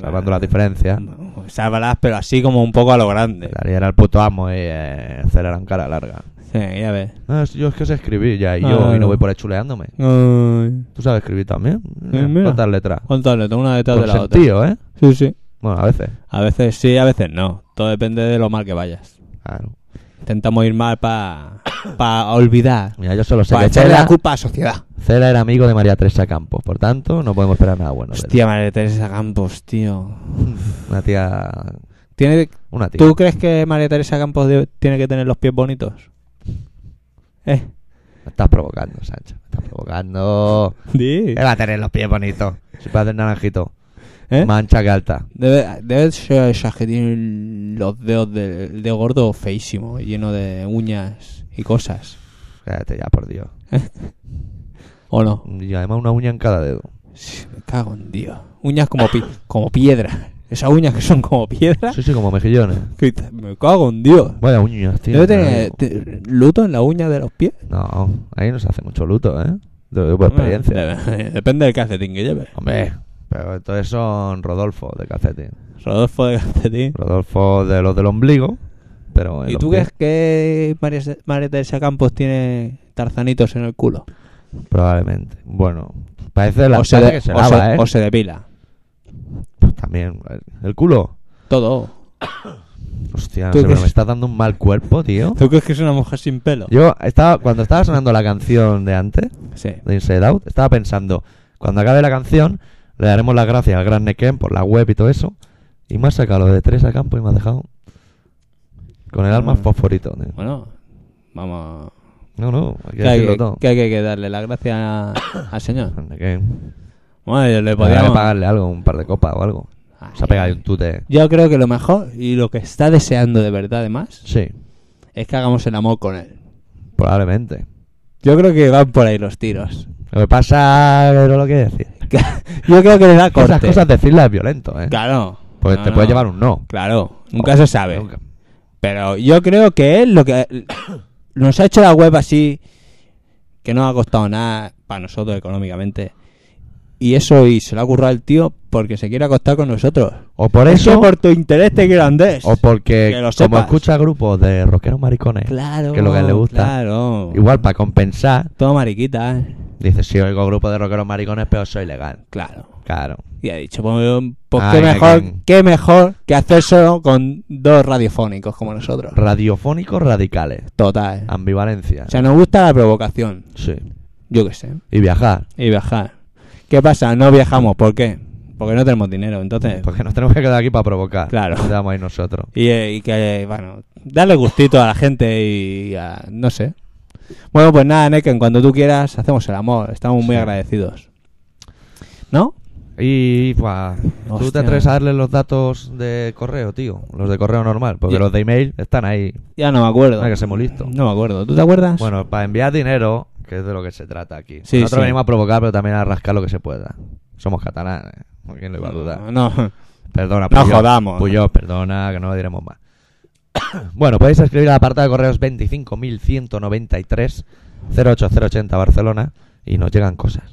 Speaker 1: Salvando las diferencias.
Speaker 2: No, eh. esas balas, pero así como un poco a lo grande.
Speaker 1: Dalí era el puto amo y eh, Cela era en cara larga.
Speaker 2: Sí, ya ves.
Speaker 1: Ah, sí, yo es que sé escribir ya y yo
Speaker 2: Ah,
Speaker 1: y no
Speaker 2: no.
Speaker 1: voy por ahí chuleándome.
Speaker 2: Ay.
Speaker 1: ¿Tú sabes escribir también?
Speaker 2: Eh, mira.
Speaker 1: ¿Cuántas letras?
Speaker 2: Contadle, toma una detrás
Speaker 1: Con
Speaker 2: de la
Speaker 1: sentido, ¿eh?
Speaker 2: otra. Sí, sí.
Speaker 1: Bueno, a veces.
Speaker 2: A veces sí, a veces no. Todo depende de lo mal que vayas.
Speaker 1: Claro.
Speaker 2: Intentamos ir mal para pa olvidar.
Speaker 1: Mira, yo solo sé
Speaker 2: Para
Speaker 1: que
Speaker 2: echarle la
Speaker 1: Cela,
Speaker 2: culpa a la sociedad.
Speaker 1: Cela era amigo de María Teresa Campos, por tanto, no podemos esperar nada bueno. de él.
Speaker 2: Hostia, María Teresa Campos, tío.
Speaker 1: Una tía.
Speaker 2: ¿Tiene,
Speaker 1: Una tía.
Speaker 2: ¿Tú crees que María Teresa Campos de- tiene que tener los pies bonitos? Eh.
Speaker 1: Me estás provocando, Sancho. Me estás provocando.
Speaker 2: Sí.
Speaker 1: Él va a tener los pies bonitos. Si puede hacer naranjito.
Speaker 2: ¿Eh?
Speaker 1: Mancha que alta.
Speaker 2: Debe, debe ser esa que tiene los dedos de, de gordo feísimo, lleno de uñas y cosas.
Speaker 1: Cállate ya, por Dios.
Speaker 2: ¿O no?
Speaker 1: Y además una uña en cada dedo.
Speaker 2: Sí, me cago en Dios. Uñas como, pi- como piedra. Esas uñas que son como piedra.
Speaker 1: Sí, sí, como mejillones.
Speaker 2: Que te- Me cago en Dios.
Speaker 1: Vaya uñas, tío. te lo
Speaker 2: Debe tener
Speaker 1: digo.
Speaker 2: te- luto en la uña de los pies.
Speaker 1: No, ahí no se hace mucho luto, ¿eh? Te lo digo por experiencia.
Speaker 2: Debe- depende del calcetín que lleve.
Speaker 1: Hombre, pero entonces son Rodolfo de calcetín.
Speaker 2: Rodolfo de calcetín.
Speaker 1: Rodolfo de los del ombligo. Pero en
Speaker 2: ¿Y
Speaker 1: los
Speaker 2: tú
Speaker 1: pies.
Speaker 2: crees que María, Se- María Teresa Campos tiene tarzanitos en el culo?
Speaker 1: Probablemente. Bueno, parece la
Speaker 2: o, se
Speaker 1: cara
Speaker 2: de-
Speaker 1: que se
Speaker 2: o
Speaker 1: lava,
Speaker 2: se-
Speaker 1: ¿eh?
Speaker 2: o se depila.
Speaker 1: Pues también. El culo.
Speaker 2: Todo.
Speaker 1: Hostia, no
Speaker 2: ¿Tú
Speaker 1: sé, pero
Speaker 2: crees?
Speaker 1: me estás dando un mal cuerpo, tío.
Speaker 2: ¿Tú crees que es una mujer sin pelo?
Speaker 1: Yo estaba, cuando estaba sonando la canción de antes,
Speaker 2: Sí.
Speaker 1: de Inside Out, estaba pensando, cuando acabe la canción, le daremos las gracias al gran Nekem por la web y todo eso. Y me ha sacado lo de tres a campo y me ha dejado con el alma
Speaker 2: Ah.
Speaker 1: en fosforito. tío.
Speaker 2: Bueno, vamos.
Speaker 1: No, no, hay que
Speaker 2: Que hay
Speaker 1: decirlo
Speaker 2: que,
Speaker 1: todo.
Speaker 2: que hay que darle las gracias a-
Speaker 1: <coughs>
Speaker 2: al señor.
Speaker 1: Gran Nekem.
Speaker 2: Bueno, yo le
Speaker 1: Podría
Speaker 2: podíamos. Ah,
Speaker 1: pagarle algo, un par de copas o algo.
Speaker 2: Ay,
Speaker 1: Se ha pegado ahí un tute.
Speaker 2: Yo creo que lo mejor y lo que está deseando de verdad, además,
Speaker 1: Sí,
Speaker 2: es que hagamos el amor con él.
Speaker 1: probablemente.
Speaker 2: Yo creo que van por ahí los tiros.
Speaker 1: Lo que pasa, pero lo que decir.
Speaker 2: <laughs> Yo creo que le da corte.
Speaker 1: Esas cosas decirlas es violento, ¿eh?
Speaker 2: Claro.
Speaker 1: Porque
Speaker 2: No,
Speaker 1: te
Speaker 2: no.
Speaker 1: puede llevar un no.
Speaker 2: Claro, nunca se sabe.
Speaker 1: Nunca.
Speaker 2: Pero yo creo que él lo que <coughs> nos ha hecho la web así, que no ha costado nada para nosotros económicamente. Y eso y se lo ha currado el tío porque se quiere acostar con nosotros.
Speaker 1: O por
Speaker 2: Eso
Speaker 1: eso,
Speaker 2: por tu interés te quiero andés. <laughs>
Speaker 1: o porque
Speaker 2: que
Speaker 1: como
Speaker 2: lo sepas.
Speaker 1: escucha grupos de rockeros maricones,
Speaker 2: Claro.
Speaker 1: que es lo que le gusta.
Speaker 2: Claro.
Speaker 1: igual para compensar,
Speaker 2: Todo mariquita, ¿eh?
Speaker 1: dice, si oigo grupos de rockeros maricones, pero soy legal.
Speaker 2: Claro.
Speaker 1: Claro.
Speaker 2: Y ha dicho, pues, pues
Speaker 1: Ay,
Speaker 2: qué
Speaker 1: me
Speaker 2: mejor,
Speaker 1: can-
Speaker 2: qué mejor que hacérselo con dos radiofónicos como nosotros.
Speaker 1: Radiofónicos radicales,
Speaker 2: Total.
Speaker 1: Ah. ambivalencia.
Speaker 2: O sea, nos gusta la provocación.
Speaker 1: Sí.
Speaker 2: Yo qué sé.
Speaker 1: Y viajar,
Speaker 2: Y viajar. ¿Qué pasa? No viajamos. ¿Por qué? Porque no tenemos dinero. Entonces,
Speaker 1: porque nos tenemos que quedar aquí para provocar.
Speaker 2: Claro.
Speaker 1: Nos quedamos ahí nosotros.
Speaker 2: y, eh, y que, bueno, darle gustito a la gente y a- no sé. Bueno, pues nada, Neken, cuando tú quieras, hacemos el amor. Estamos muy
Speaker 1: Sí.
Speaker 2: agradecidos. ¿No?
Speaker 1: Y, buah, tú te
Speaker 2: Hostia.
Speaker 1: atreves a darle los datos de correo, tío. Los de correo normal, porque
Speaker 2: Yo-
Speaker 1: los de email están ahí.
Speaker 2: Ya no me acuerdo.
Speaker 1: Ah, que se hemos listo.
Speaker 2: No me acuerdo. ¿Tú te acuerdas?
Speaker 1: Bueno, para enviar dinero, que es de lo que se trata aquí.
Speaker 2: Sí,
Speaker 1: Nosotros
Speaker 2: sí.
Speaker 1: venimos a provocar, pero también a rascar lo que se pueda. Somos catalanes, ¿eh? ¿quién lo iba a dudar?
Speaker 2: No, no.
Speaker 1: Perdona,
Speaker 2: No
Speaker 1: Puyol.
Speaker 2: jodamos.
Speaker 1: Puyol, perdona, que no lo diremos más. <coughs> bueno, podéis escribir al apartado de correos 25.193 08080 Barcelona y nos llegan cosas.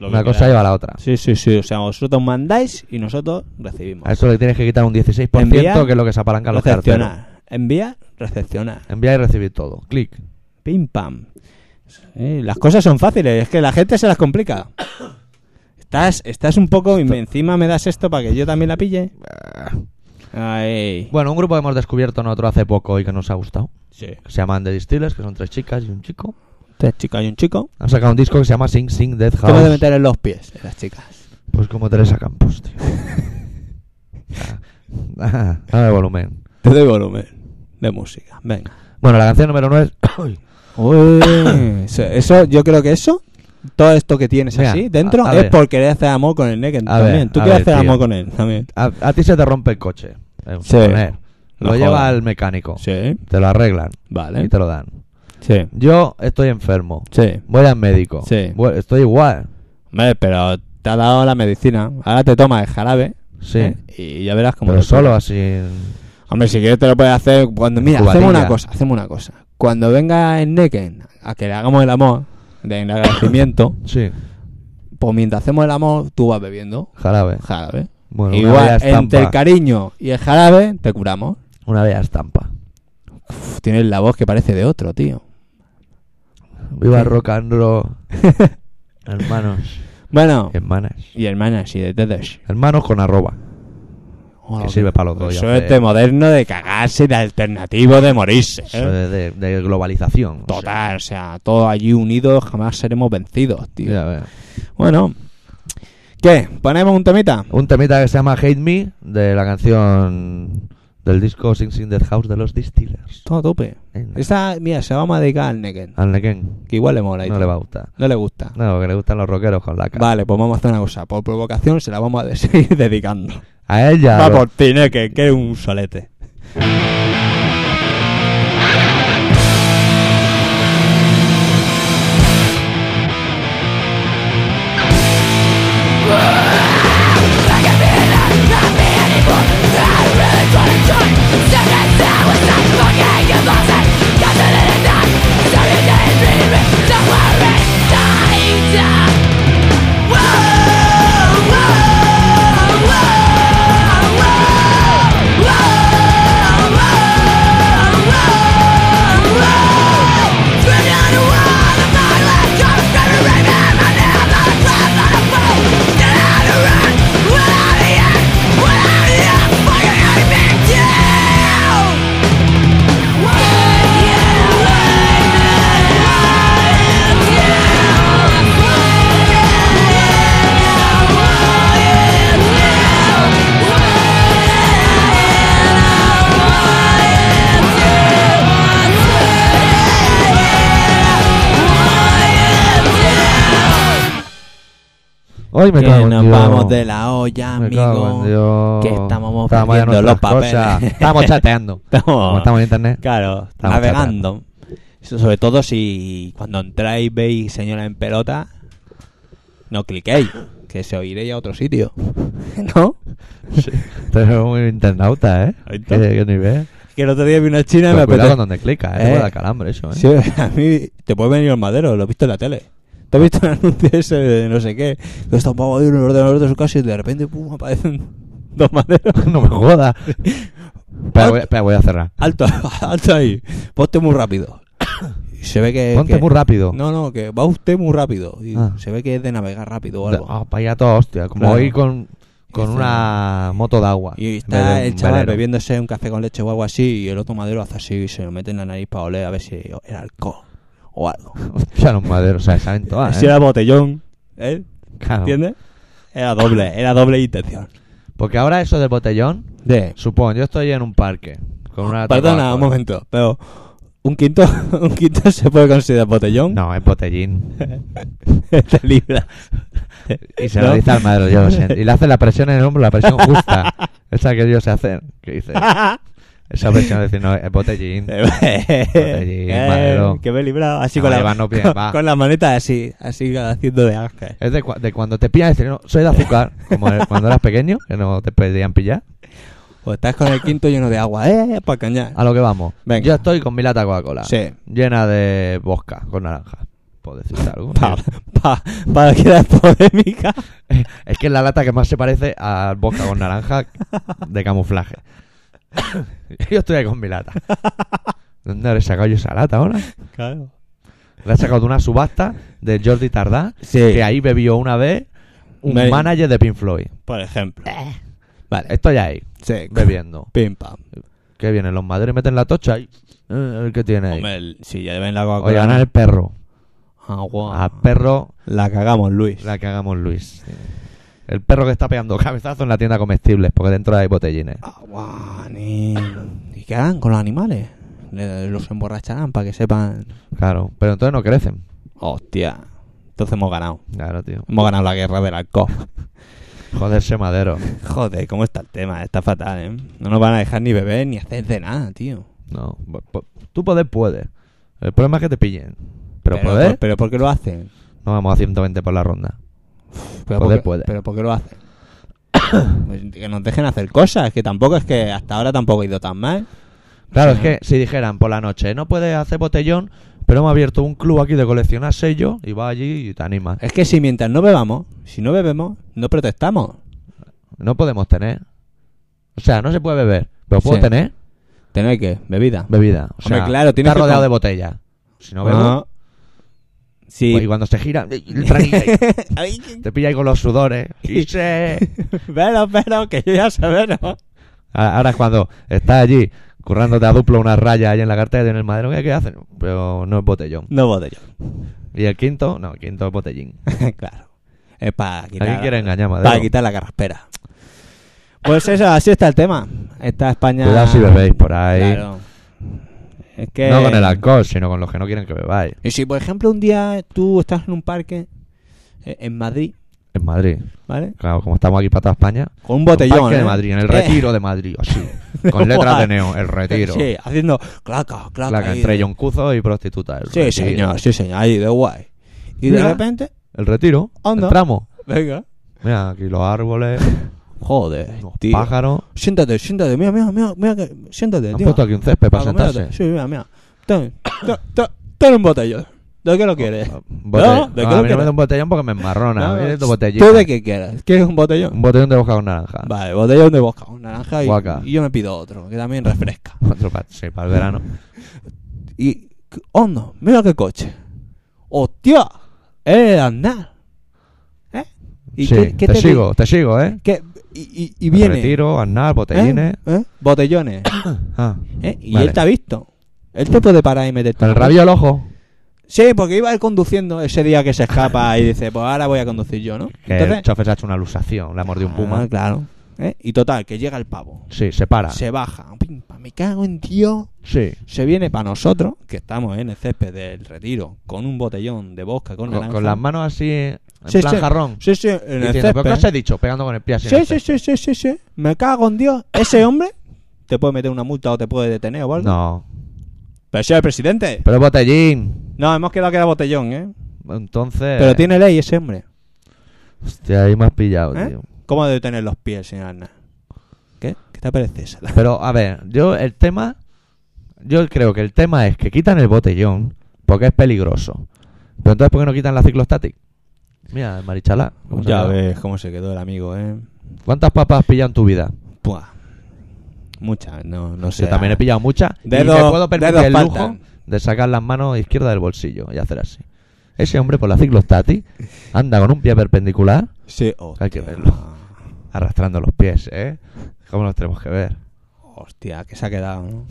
Speaker 1: Una cosa lleva a la otra.
Speaker 2: Sí, sí, sí. O sea, vosotros mandáis y nosotros recibimos.
Speaker 1: A eso le tienes que quitar un 16%,
Speaker 2: Enviar,
Speaker 1: que es lo que se apalanca los carteros.
Speaker 2: recepcionar. Enviar, recepcionar.
Speaker 1: Enviar y recibir todo. Clic.
Speaker 2: Pim pam. Sí, las cosas son fáciles, es que la gente se las complica. Estás, estás un poco y me- encima me das esto para que yo también la pille. Ay.
Speaker 1: Bueno, un grupo que hemos descubierto nosotros hace poco y que nos ha gustado.
Speaker 2: Sí.
Speaker 1: que Se llaman The Distillers, que son tres chicas y un chico.
Speaker 2: Tres chicas y un chico.
Speaker 1: Han sacado un disco que se llama Sing Sing Death
Speaker 2: ¿Qué me de
Speaker 1: House.
Speaker 2: meter en los pies de las chicas?
Speaker 1: Pues como Teresa Campos,
Speaker 2: <laughs>
Speaker 1: tío. Ah, ah, Dame volumen.
Speaker 2: Te doy volumen de música, venga.
Speaker 1: Bueno, la canción número 9 es.
Speaker 2: eso, eso- yo creo que eso, todo esto que tienes
Speaker 1: Mira,
Speaker 2: así dentro,
Speaker 1: a- a
Speaker 2: es
Speaker 1: ver.
Speaker 2: por querer hacer amor con el Necken
Speaker 1: A
Speaker 2: también.
Speaker 1: ver,
Speaker 2: Tú
Speaker 1: a
Speaker 2: quieres
Speaker 1: ver,
Speaker 2: hacer
Speaker 1: tío.
Speaker 2: amor con él también.
Speaker 1: <coughs> A, a ti se te rompe el coche. Eh,
Speaker 2: Sí.
Speaker 1: poner.
Speaker 2: No
Speaker 1: Lo lleva
Speaker 2: jodas.
Speaker 1: al mecánico.
Speaker 2: Sí, ¿Eh?
Speaker 1: Te lo arreglan y
Speaker 2: vale.
Speaker 1: te lo dan.
Speaker 2: Sí,
Speaker 1: Yo estoy enfermo.
Speaker 2: sí.
Speaker 1: Voy al médico.
Speaker 2: Sí.
Speaker 1: Voy- estoy igual.
Speaker 2: Hombre, pero te ha dado la medicina. Ahora te tomas el jarabe.
Speaker 1: Sí.
Speaker 2: ¿eh? Y ya verás cómo.
Speaker 1: Pero
Speaker 2: te
Speaker 1: solo
Speaker 2: cura.
Speaker 1: así.
Speaker 2: Hombre, si quieres te lo puedes hacer cuando. Mira, hacemos
Speaker 1: Cubatilla.
Speaker 2: una cosa, hacemos una cosa. Cuando venga el Necken a que le hagamos el amor, de en agradecimiento,
Speaker 1: Sí,
Speaker 2: pues mientras hacemos el amor, tú vas bebiendo
Speaker 1: jarabe.
Speaker 2: jarabe.
Speaker 1: Bueno, una bella
Speaker 2: Igual, entre el
Speaker 1: estampa.
Speaker 2: cariño y el jarabe, te curamos.
Speaker 1: Una bella estampa.
Speaker 2: Uf, tienes la voz que parece de otro, tío.
Speaker 1: Viva el rock and
Speaker 2: <laughs>
Speaker 1: roll. Hermanos.
Speaker 2: Bueno,
Speaker 1: Eh, Hermanas.
Speaker 2: y hermanas y de todos.
Speaker 1: Hermanos con arroba.
Speaker 2: Oh,
Speaker 1: Que sirve para los dos, ya
Speaker 2: Eso es
Speaker 1: sé.
Speaker 2: de moderno de cagarse, de alternativo, de morirse. ¿eh?
Speaker 1: Eso de, de- de globalización. o
Speaker 2: Total, o sea, todos allí unidos jamás seremos vencidos, tío.
Speaker 1: sea. Ya ves.
Speaker 2: Bueno, ¿qué? ¿Ponemos un temita?
Speaker 1: Un temita que se llama Hate Me de la canción del disco Sing Sing Dead House de los Distillers.
Speaker 2: Todo a tope. Esa, mira, se vamos a dedicar al Necken.
Speaker 1: Al Nequén
Speaker 2: Que igual le mola.
Speaker 1: Ah.
Speaker 2: y
Speaker 1: no
Speaker 2: tal.
Speaker 1: le va a gustar.
Speaker 2: No le gusta.
Speaker 1: No, que le gustan los rockeros con la cara.
Speaker 2: Vale, pues vamos a hacer una cosa. Por provocación se la vamos a <laughs> de- seguir dedicando.
Speaker 1: A ella.
Speaker 2: Va
Speaker 1: lo-
Speaker 2: por ti, Necken, que eres un solete.
Speaker 1: Hoy me
Speaker 2: que
Speaker 1: cago en
Speaker 2: nos
Speaker 1: Dios.
Speaker 2: vamos de la olla,
Speaker 1: Me cago en
Speaker 2: amigo.
Speaker 1: Dios.
Speaker 2: que estábamos
Speaker 1: Estábamos ya en
Speaker 2: perdiendo los
Speaker 1: otras
Speaker 2: <laughs>
Speaker 1: cosas.
Speaker 2: papeles.
Speaker 1: Estamos chateando. Como estamos en
Speaker 2: <laughs>
Speaker 1: internet.
Speaker 2: Claro,
Speaker 1: Estamos
Speaker 2: navegando. Eso, sobre todo si cuando entráis veis señora en pelota, no cliquéis, que se oiréis a
Speaker 1: <laughs>
Speaker 2: otro sitio. ¿No?
Speaker 1: Tú eres muy internauta, ¿eh?
Speaker 2: Ahí está.
Speaker 1: Qué, qué nivel.
Speaker 2: Que el otro día vi una china y
Speaker 1: Pero Pues
Speaker 2: me
Speaker 1: cuidado
Speaker 2: apetece.
Speaker 1: con donde clicas, ¿eh? Te
Speaker 2: Eh.
Speaker 1: puede dar calambre eso, ¿eh?
Speaker 2: Sí, a mí te puede venir el madero, lo he visto en la tele. Te has visto el anuncio ese de no sé qué. Que está un pavo de un ordenador de su casa y de repente pum, aparecen dos
Speaker 1: <laughs>
Speaker 2: maderos.
Speaker 1: no me jodas. Pero voy, espera, voy a cerrar.
Speaker 2: Alto, <laughs> alto ahí. Ponte muy
Speaker 1: <coughs>
Speaker 2: rápido. Y se ve que.
Speaker 1: Ponte
Speaker 2: Eh, que-
Speaker 1: muy rápido.
Speaker 2: No, no, que va usted muy rápido. Y
Speaker 1: Ah.
Speaker 2: Se ve que es de navegar rápido o algo.
Speaker 1: Ah, para allá todo, hostia. Como
Speaker 2: Claro.
Speaker 1: ir con, con
Speaker 2: Dice-
Speaker 1: una moto de agua.
Speaker 2: Y
Speaker 1: en vez
Speaker 2: está
Speaker 1: de
Speaker 2: el
Speaker 1: un
Speaker 2: chaval
Speaker 1: velero. <laughs>
Speaker 2: bebiéndose un café con leche o algo así y el otro madero hace así y se lo mete en la nariz para oler a ver si era alcohol o algo.
Speaker 1: Hostia, los maderos, o sea, saben
Speaker 2: <laughs>
Speaker 1: todas,
Speaker 2: Si
Speaker 1: ¿eh?
Speaker 2: era botellón, ¿eh?
Speaker 1: Claro.
Speaker 2: ¿Entiendes? Era doble, era doble intención.
Speaker 1: Porque ahora eso del botellón,
Speaker 2: De,
Speaker 1: supongo, yo estoy en un parque. Con una
Speaker 2: perdona, un
Speaker 1: Coca-Cola.
Speaker 2: momento, pero un quinto, <laughs> un quinto se puede considerar botellón.
Speaker 1: No, es botellín.
Speaker 2: <laughs> Te libra.
Speaker 1: Y se
Speaker 2: ¿No?
Speaker 1: lo dice al madero, yo lo siento. Y le hace la presión en el hombro, la presión
Speaker 2: <laughs>
Speaker 1: justa. Esa que ellos se hacen. Que dice, esa presión de decir, no, es
Speaker 2: Eh,
Speaker 1: botellín. Botellín, madero.
Speaker 2: que me he librado así
Speaker 1: No,
Speaker 2: con, la,
Speaker 1: llevarnos bien,
Speaker 2: con,
Speaker 1: va.
Speaker 2: con las manetas así, así haciendo de ángel.
Speaker 1: Es de, cua- de cuando te pillan y dicen, no, soy de
Speaker 2: <laughs>
Speaker 1: azúcar. Como el- cuando eras pequeño, que no te pedían pillar.
Speaker 2: O Pues estás con el quinto lleno de agua, eh, para cañar.
Speaker 1: A lo que vamos.
Speaker 2: Venga.
Speaker 1: Yo estoy con mi lata de Coca-Cola.
Speaker 2: Sí.
Speaker 1: Llena de bosca, con naranja. Puedo
Speaker 2: <laughs>
Speaker 1: decirte algo.
Speaker 2: Para pa, pa quedar <laughs> polémica.
Speaker 1: Es que es la lata que más se parece al bosca con naranja de
Speaker 2: <laughs>
Speaker 1: camuflaje. Yo estoy ahí con mi lata. ¿Dónde habré sacado yo esa lata ahora?
Speaker 2: Claro.
Speaker 1: La he sacado de una subasta de Jordi Tardá,
Speaker 2: Sí.
Speaker 1: que ahí bebió una vez un
Speaker 2: Me-
Speaker 1: manager de Pink Floyd.
Speaker 2: Por ejemplo. Vale.
Speaker 1: Estoy ahí,
Speaker 2: Sí.
Speaker 1: bebiendo.
Speaker 2: Pim pam.
Speaker 1: Que vienen los maderos y meten la tocha y... eh, A ver qué tiene ahí.
Speaker 2: Hombre, el- si ya ven la coca
Speaker 1: Oye, ganar el perro. Al
Speaker 2: Ah.
Speaker 1: perro
Speaker 2: La cagamos, Luis.
Speaker 1: La que hagamos Luis. El perro que está pegando cabezazos en la tienda comestibles, porque dentro hay botellines.
Speaker 2: Agua, ni- ¿Y qué harán con los animales? Le- Los emborracharán para que sepan.
Speaker 1: Claro, pero entonces no crecen.
Speaker 2: Hostia. Entonces hemos ganado.
Speaker 1: Claro, tío.
Speaker 2: Hemos ganado la guerra del alcohol.
Speaker 1: Joderse madero.
Speaker 2: Joder, ¿cómo está el tema? Está fatal, ¿eh? No nos van a dejar ni beber ni hacer de nada, tío.
Speaker 1: No. po- po- Tú poder puedes. El problema es que te pillen. Pero,
Speaker 2: por-
Speaker 1: poder,
Speaker 2: ¿Pero por qué lo hacen?
Speaker 1: no vamos a 120 por la ronda. Joder,
Speaker 2: Pero por qué,
Speaker 1: puede.
Speaker 2: Pero ¿por qué lo hacen? <coughs> Pues que nos dejen hacer cosas, que tampoco es que hasta ahora tampoco he ido tan mal.
Speaker 1: Claro, es que si dijeran por la noche, no puedes hacer botellón, pero hemos abierto un club aquí de coleccionar sellos y vas allí y te animas.
Speaker 2: Es que si mientras no bebamos, si no bebemos, no protestamos.
Speaker 1: No podemos tener. O sea, no se puede beber, pero puedo
Speaker 2: Sí.
Speaker 1: tener
Speaker 2: ¿Tener qué? ¿Bebida?
Speaker 1: bebida. O
Speaker 2: Hombre,
Speaker 1: sea,
Speaker 2: claro, tienes
Speaker 1: está
Speaker 2: que Ah,
Speaker 1: rodeado
Speaker 2: con-
Speaker 1: de botella. Si no bebo,
Speaker 2: No. Sí.
Speaker 1: pues, y cuando se gira, el tranqui,
Speaker 2: <laughs> Ay, que-
Speaker 1: te pilla ahí con los
Speaker 2: <laughs>
Speaker 1: sudores. Y se-
Speaker 2: pero, pero, que yo ya sé, pero.
Speaker 1: A- Ahora es cuando estás allí currándote a duplo una raya ahí en la cartera y en el madero, ¿qué, qué hacen? Pero no es botellón.
Speaker 2: No botellón.
Speaker 1: Y el quinto, no, el quinto es botellín.
Speaker 2: <laughs> claro. Es para quitar,
Speaker 1: Aquí quiere engañar, madero.
Speaker 2: para quitar la carraspera. Pues eso, así está el tema. Está España.
Speaker 1: Cuidado si bebéis por ahí.
Speaker 2: Claro. Es que.
Speaker 1: No con el alcohol, sino con los que no quieren que bebáis.
Speaker 2: Y si, por ejemplo, un día tú estás en un parque eh, en Madrid,
Speaker 1: En Madrid.
Speaker 2: ¿vale?
Speaker 1: Claro, como estamos aquí para toda España.
Speaker 2: Con un
Speaker 1: en
Speaker 2: botellón.
Speaker 1: un parque de
Speaker 2: ¿eh?
Speaker 1: Madrid, en el
Speaker 2: Eh, <laughs>
Speaker 1: retiro de Madrid, así. Con letras de neón, el retiro.
Speaker 2: Sí, haciendo claca, claca.
Speaker 1: Claca,
Speaker 2: ahí
Speaker 1: entre
Speaker 2: de-
Speaker 1: yoncuzo y prostituta. El
Speaker 2: Sí,
Speaker 1: retiro.
Speaker 2: señor, sí, señor, ahí de guay. Y de
Speaker 1: Mira.
Speaker 2: repente,
Speaker 1: El retiro,
Speaker 2: Anda.
Speaker 1: el tramo.
Speaker 2: venga,
Speaker 1: Mira, aquí los árboles,
Speaker 2: joder,
Speaker 1: los
Speaker 2: <laughs> tío.
Speaker 1: pájaros.
Speaker 2: Siéntate, siéntate, mira, mira, mira, mira que- siéntate,
Speaker 1: Han
Speaker 2: tío. Ah,
Speaker 1: puesto aquí un césped para
Speaker 2: Acomódate.
Speaker 1: sentarse.
Speaker 2: Sí, mira, mira. Ten, ten, ten- ten un botellón. ¿De qué lo quieres?
Speaker 1: Botell-
Speaker 2: ¿de
Speaker 1: no,
Speaker 2: qué
Speaker 1: Ah, a
Speaker 2: lo
Speaker 1: mí no me da un
Speaker 2: quieres?
Speaker 1: botellón porque me enmarrona. a mí es de botellín.
Speaker 2: ¿Tú de qué quieres? ¿Quieres un botellón?
Speaker 1: Un botellón de boca con naranja.
Speaker 2: Vale, botellón de bosca, un naranja y,
Speaker 1: Guaca.
Speaker 2: y yo me pido otro, que también refresca.
Speaker 1: Otro pa- sí, para el verano.
Speaker 2: Y, oh no, mira qué coche. ¡Hostia! ¡Eh, andar! ¿Eh? ¿Y
Speaker 1: sí,
Speaker 2: qué, qué
Speaker 1: te,
Speaker 2: te di-
Speaker 1: sigo, te sigo, ¿eh?
Speaker 2: qué- y, y- y
Speaker 1: El
Speaker 2: viene.
Speaker 1: Retiro, Aznar,
Speaker 2: ¿eh?
Speaker 1: botellines.
Speaker 2: ¿Eh? Botellones.
Speaker 1: Ah.
Speaker 2: ¿eh? Y
Speaker 1: Vale.
Speaker 2: él te ha visto. Él te puede parar y meterte.
Speaker 1: Con el
Speaker 2: una
Speaker 1: rabio al ojo.
Speaker 2: hostia. Sí, porque iba él conduciendo ese día que se escapa y dice, pues ahora voy a conducir yo, ¿no?
Speaker 1: <laughs> Que el chofer se ha hecho una alusación, la ha mordido un puma.
Speaker 2: Ah, claro. ¿eh? Y total, que llega el pavo.
Speaker 1: Sí, se para.
Speaker 2: Se baja. Pim, pam, me cago en tío.
Speaker 1: Sí.
Speaker 2: se viene para nosotros, que estamos en el césped del retiro, con un botellón de bosca con,
Speaker 1: Con,
Speaker 2: naranja.
Speaker 1: con las manos así en
Speaker 2: Sí,
Speaker 1: plan
Speaker 2: sí.
Speaker 1: jarrón.
Speaker 2: Sí, sí, en el
Speaker 1: Diciendo, ¿Pero qué
Speaker 2: césped.
Speaker 1: os he dicho? Pegando con el pie así. en
Speaker 2: Sí,
Speaker 1: el
Speaker 2: sí,
Speaker 1: césped.
Speaker 2: sí, sí, sí, sí. Me cago en Dios. Ese hombre te puede meter una multa o te puede detener o algo.
Speaker 1: No.
Speaker 2: Pero si es el presidente.
Speaker 1: Pero botellín.
Speaker 2: No, hemos quedado que era botellón, ¿eh?
Speaker 1: Entonces.
Speaker 2: Pero tiene ley ese hombre.
Speaker 1: Hostia, ahí me has pillado,
Speaker 2: ¿Eh?
Speaker 1: tío.
Speaker 2: ¿Cómo debe tener los pies, señora Aznar? ¿Qué? ¿Qué te parece esa?
Speaker 1: Pero, a ver, yo el tema. Yo creo que el tema es que quitan el botellón porque es peligroso. Pero entonces, ¿por qué no quitan la ciclostatic? Mira, el marichalá. ¿cómo se
Speaker 2: Ya
Speaker 1: llama?
Speaker 2: ves cómo se quedó el amigo, ¿eh?
Speaker 1: ¿Cuántas papas has pillado en tu vida?
Speaker 2: Puah. Muchas, no, no sé.
Speaker 1: Yo también he pillado muchas.
Speaker 2: Dedos-
Speaker 1: y me puedo permitir
Speaker 2: dedos
Speaker 1: el lujo
Speaker 2: faltan.
Speaker 1: de sacar las manos izquierdas del bolsillo y hacer así. Ese hombre por la ciclostatic anda con un pie perpendicular
Speaker 2: Sí, oh,
Speaker 1: Hay que verlo. arrastrando los pies, ¿eh? ¿Cómo los tenemos que ver?
Speaker 2: Hostia, que se ha quedado, ¿no?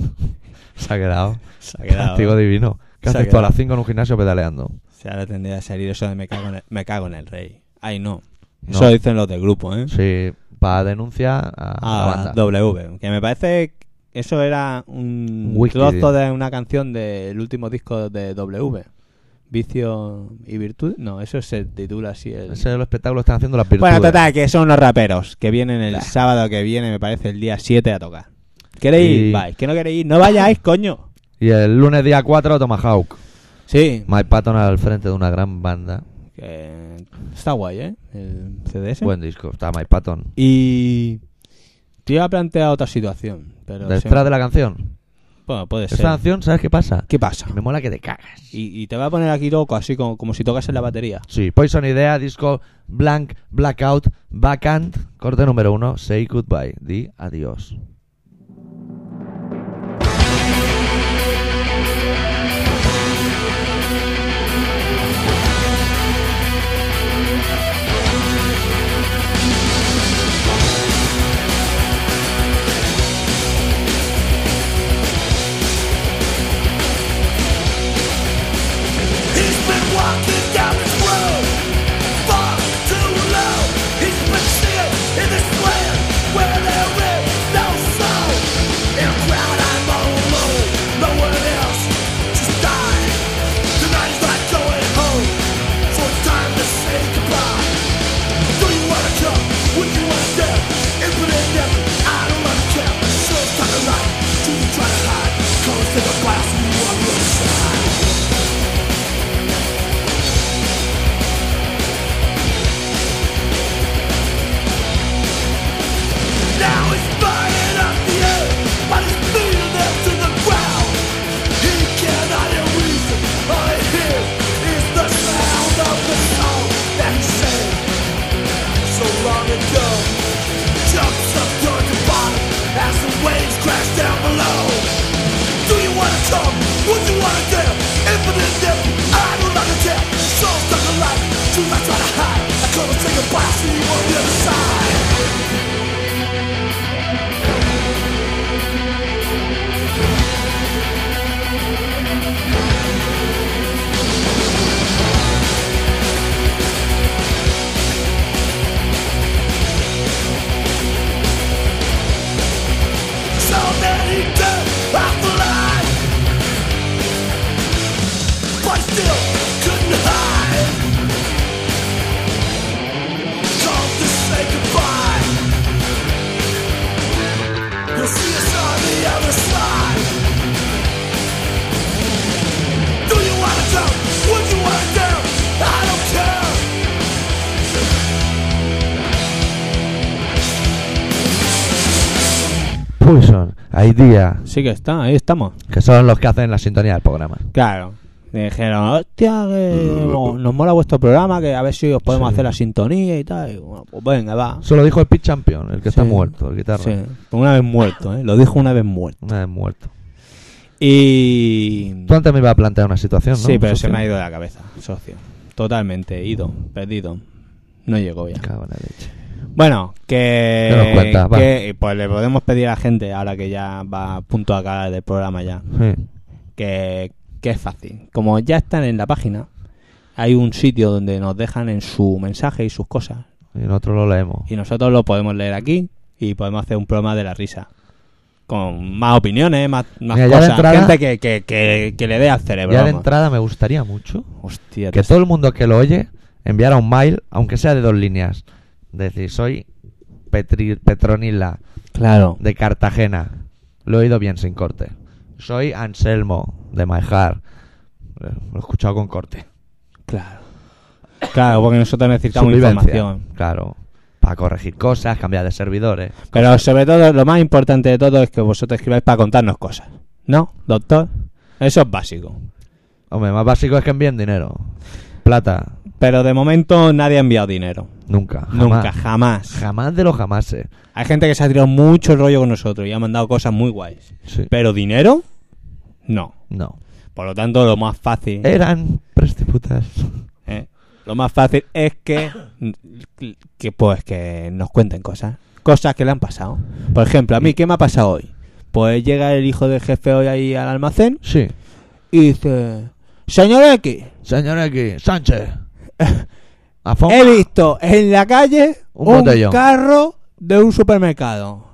Speaker 1: Se ha quededado.
Speaker 2: <laughs> Se ha quedado.
Speaker 1: Castigo divino. ¿Qué
Speaker 2: Se ha
Speaker 1: haces tú a
Speaker 2: quedado.
Speaker 1: las 5 en un gimnasio pedaleando?
Speaker 2: Si ahora tendría que salir eso de me cago en el, me cago en el rey. Ay, no.
Speaker 1: No.
Speaker 2: Eso dicen los del grupo, ¿eh?
Speaker 1: Sí, para denunciar a, a la
Speaker 2: Ah,
Speaker 1: banda.
Speaker 2: W. Que me parece. que Eso era un
Speaker 1: Whisky, tío.
Speaker 2: trozo de una canción del último disco de W. Vicio y virtud. No, eso se titula así. El...
Speaker 1: Ese es el espectáculo que están haciendo las virtudes.
Speaker 2: Bueno, total, que son los raperos que vienen el
Speaker 1: Bah.
Speaker 2: sábado que viene, me parece, el día 7 a tocar. ¿Queréis ir?
Speaker 1: Y-
Speaker 2: Vais. ¿Que no queréis ir? No vayáis, coño.
Speaker 1: Y el lunes día 4, Tomahawk.
Speaker 2: Sí.
Speaker 1: Mike Patton al frente de una gran banda.
Speaker 2: que Está guay, ¿eh? El CDS.
Speaker 1: Buen disco, está Mike Patton.
Speaker 2: Y te iba a plantear otra situación, pero se-
Speaker 1: Detrás de la canción.
Speaker 2: bueno, puede ser.
Speaker 1: Esta canción, ¿sabes qué pasa?
Speaker 2: ¿Qué pasa?
Speaker 1: Que me mola que te cagas.
Speaker 2: Y, y te va a poner aquí loco, así como, como si tocas en la batería.
Speaker 1: Sí, Poison Idea, disco Blank, Blackout, Backhand, corte número uno, Say Goodbye, di adiós.
Speaker 4: He's been walking down this road far too low. He's been sitting in this land where there is no soul. In a crowd I'm all alone, no one else just died. Tonight is not going home, so it's time to say goodbye. Do you wanna come? Would you wanna step? Infinite depth, I don't wanna care. So it's time to lie. Do you try to hide? Cause there's a blast from you on the other side.
Speaker 1: Pulson, Idea,
Speaker 2: Sí que está, ahí estamos.
Speaker 1: que son los que hacen la sintonía del programa.
Speaker 2: Claro. Y dijeron, hostia, que no- nos mola vuestro programa, que a ver si os podemos
Speaker 1: Sí.
Speaker 2: hacer la sintonía y tal. Y bueno, pues venga, va.
Speaker 1: Eso lo dijo el Pit Champion, el que está
Speaker 2: Sí.
Speaker 1: muerto, el guitarra.
Speaker 2: Sí, una vez muerto, ¿eh? Lo dijo una vez muerto.
Speaker 1: Una vez muerto.
Speaker 2: Y...
Speaker 1: Tú antes me ibas a plantear una situación, ¿no?
Speaker 2: Sí, pero se
Speaker 1: Socio?
Speaker 2: me ha ido de la cabeza, socio. Totalmente, ido, perdido. No llegó ya.
Speaker 1: Cago en la leche.
Speaker 2: Bueno, que,
Speaker 1: ¿Qué nos cuentas? Va.
Speaker 2: que- pues le podemos pedir a la gente, ahora que ya va a punto de acabar del programa ya,
Speaker 1: Sí.
Speaker 2: que, que es fácil. Como ya están en la página, hay un sitio donde nos dejan en su mensaje y sus cosas.
Speaker 1: Y nosotros lo leemos.
Speaker 2: Y nosotros lo podemos leer aquí y podemos hacer un programa de la risa. Con más opiniones, más, más
Speaker 1: Mira, ya de
Speaker 2: cosas.
Speaker 1: entrada-
Speaker 2: gente que, que- que- que le dé al cerebro.
Speaker 1: Ya de
Speaker 2: vamos.
Speaker 1: entrada me gustaría mucho
Speaker 2: Hostia,
Speaker 1: que
Speaker 2: te-
Speaker 1: todo el mundo que lo oye enviara un mail, aunque sea de dos líneas. Decir, soy Petri- Petronila
Speaker 2: Claro.
Speaker 1: de Cartagena. Lo he oído bien sin corte. Soy Anselmo de Maijar. Eh, Lo he escuchado con corte.
Speaker 2: Claro. Claro, porque nosotros necesitamos
Speaker 1: Su vivencia,
Speaker 2: información.
Speaker 1: Claro. Para corregir cosas, cambiar de servidores.
Speaker 2: Pero sobre todo, lo más importante de todo es que vosotros escribáis para contarnos cosas. ¿No, doctor? Eso es básico.
Speaker 1: Hombre, más básico es que envíen dinero. Plata.
Speaker 2: Pero de momento nadie ha enviado dinero.
Speaker 1: Nunca.
Speaker 2: Nunca,
Speaker 1: Jamás.
Speaker 2: jamás.
Speaker 1: Jamás de los jamases.
Speaker 2: Hay gente que se ha tirado mucho rollo con nosotros y ha mandado cosas muy guays.
Speaker 1: Sí.
Speaker 2: Pero dinero, no.
Speaker 1: No.
Speaker 2: Por lo tanto, lo más fácil,
Speaker 1: Eran prestiputas.
Speaker 2: ¿eh? lo más fácil es que, que pues que nos cuenten cosas, cosas que le han pasado. Por ejemplo, a mí qué me ha pasado hoy. Pues llega el hijo del jefe hoy ahí al almacén
Speaker 1: Sí.
Speaker 2: y dice, señor X,
Speaker 1: Señor aquí,
Speaker 2: <laughs>
Speaker 1: Sánchez.
Speaker 2: he visto en la calle
Speaker 1: Un
Speaker 2: un,
Speaker 1: botellón.
Speaker 2: carro de un supermercado.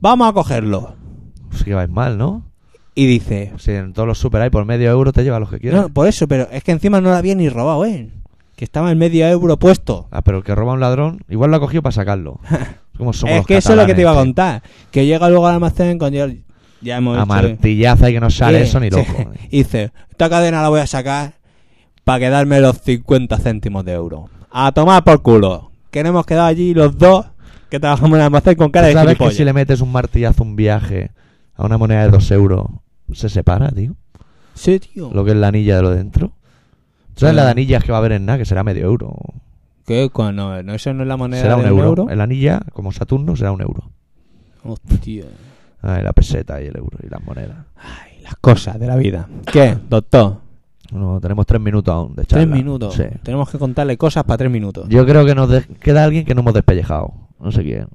Speaker 2: Vamos a cogerlo.
Speaker 1: Sí que vais mal, ¿no?
Speaker 2: Y dice,
Speaker 1: Si en todos los super hay por medio euro te llevas los que quieras.
Speaker 2: no, por eso, pero es que encima no lo había ni robado él, que estaba el medio euro puesto.
Speaker 1: Ah, pero el que roba a un ladrón, igual lo ha cogido para
Speaker 2: <laughs>
Speaker 1: sacarlo. Como somos
Speaker 2: es
Speaker 1: los
Speaker 2: que eso es lo que te iba a
Speaker 1: catalanes,
Speaker 2: contar. Que llega luego al almacén con yo- ya hemos
Speaker 1: tío. A
Speaker 2: hecho-
Speaker 1: martillaza y que no sale
Speaker 2: Sí,
Speaker 1: eso ni
Speaker 2: sí.
Speaker 1: loco.
Speaker 2: <laughs> Y Dice, esta cadena la voy a sacar para quedarme los 50 céntimos de euro. A tomar por culo. Que nos hemos quedado allí los dos que trabajamos en el almacén con cara de
Speaker 1: ¿Sabes que
Speaker 2: gilipollas.
Speaker 1: si le metes un martillazo a un viaje a una moneda de dos euros, se separa, tío?
Speaker 2: Sí, tío.
Speaker 1: Lo que es la anilla de lo dentro. ¿Sabes
Speaker 2: Sí.
Speaker 1: la de anillas que va a haber en nada? Que será medio euro.
Speaker 2: ¿Qué? Con- No, no, eso no es la moneda
Speaker 1: Será
Speaker 2: de
Speaker 1: un euro. El anilla, como Saturno, será un euro.
Speaker 2: Hostia.
Speaker 1: Ah, y la peseta y el euro y las monedas.
Speaker 2: Ay, las cosas de la vida. ¿Qué, doctor?
Speaker 1: No, tenemos tres minutos aún de charla.
Speaker 2: Tres minutos.
Speaker 1: Sí.
Speaker 2: Tenemos que contarle cosas para tres minutos.
Speaker 1: Yo creo que nos de- queda alguien que no hemos despellejado. No sé quién.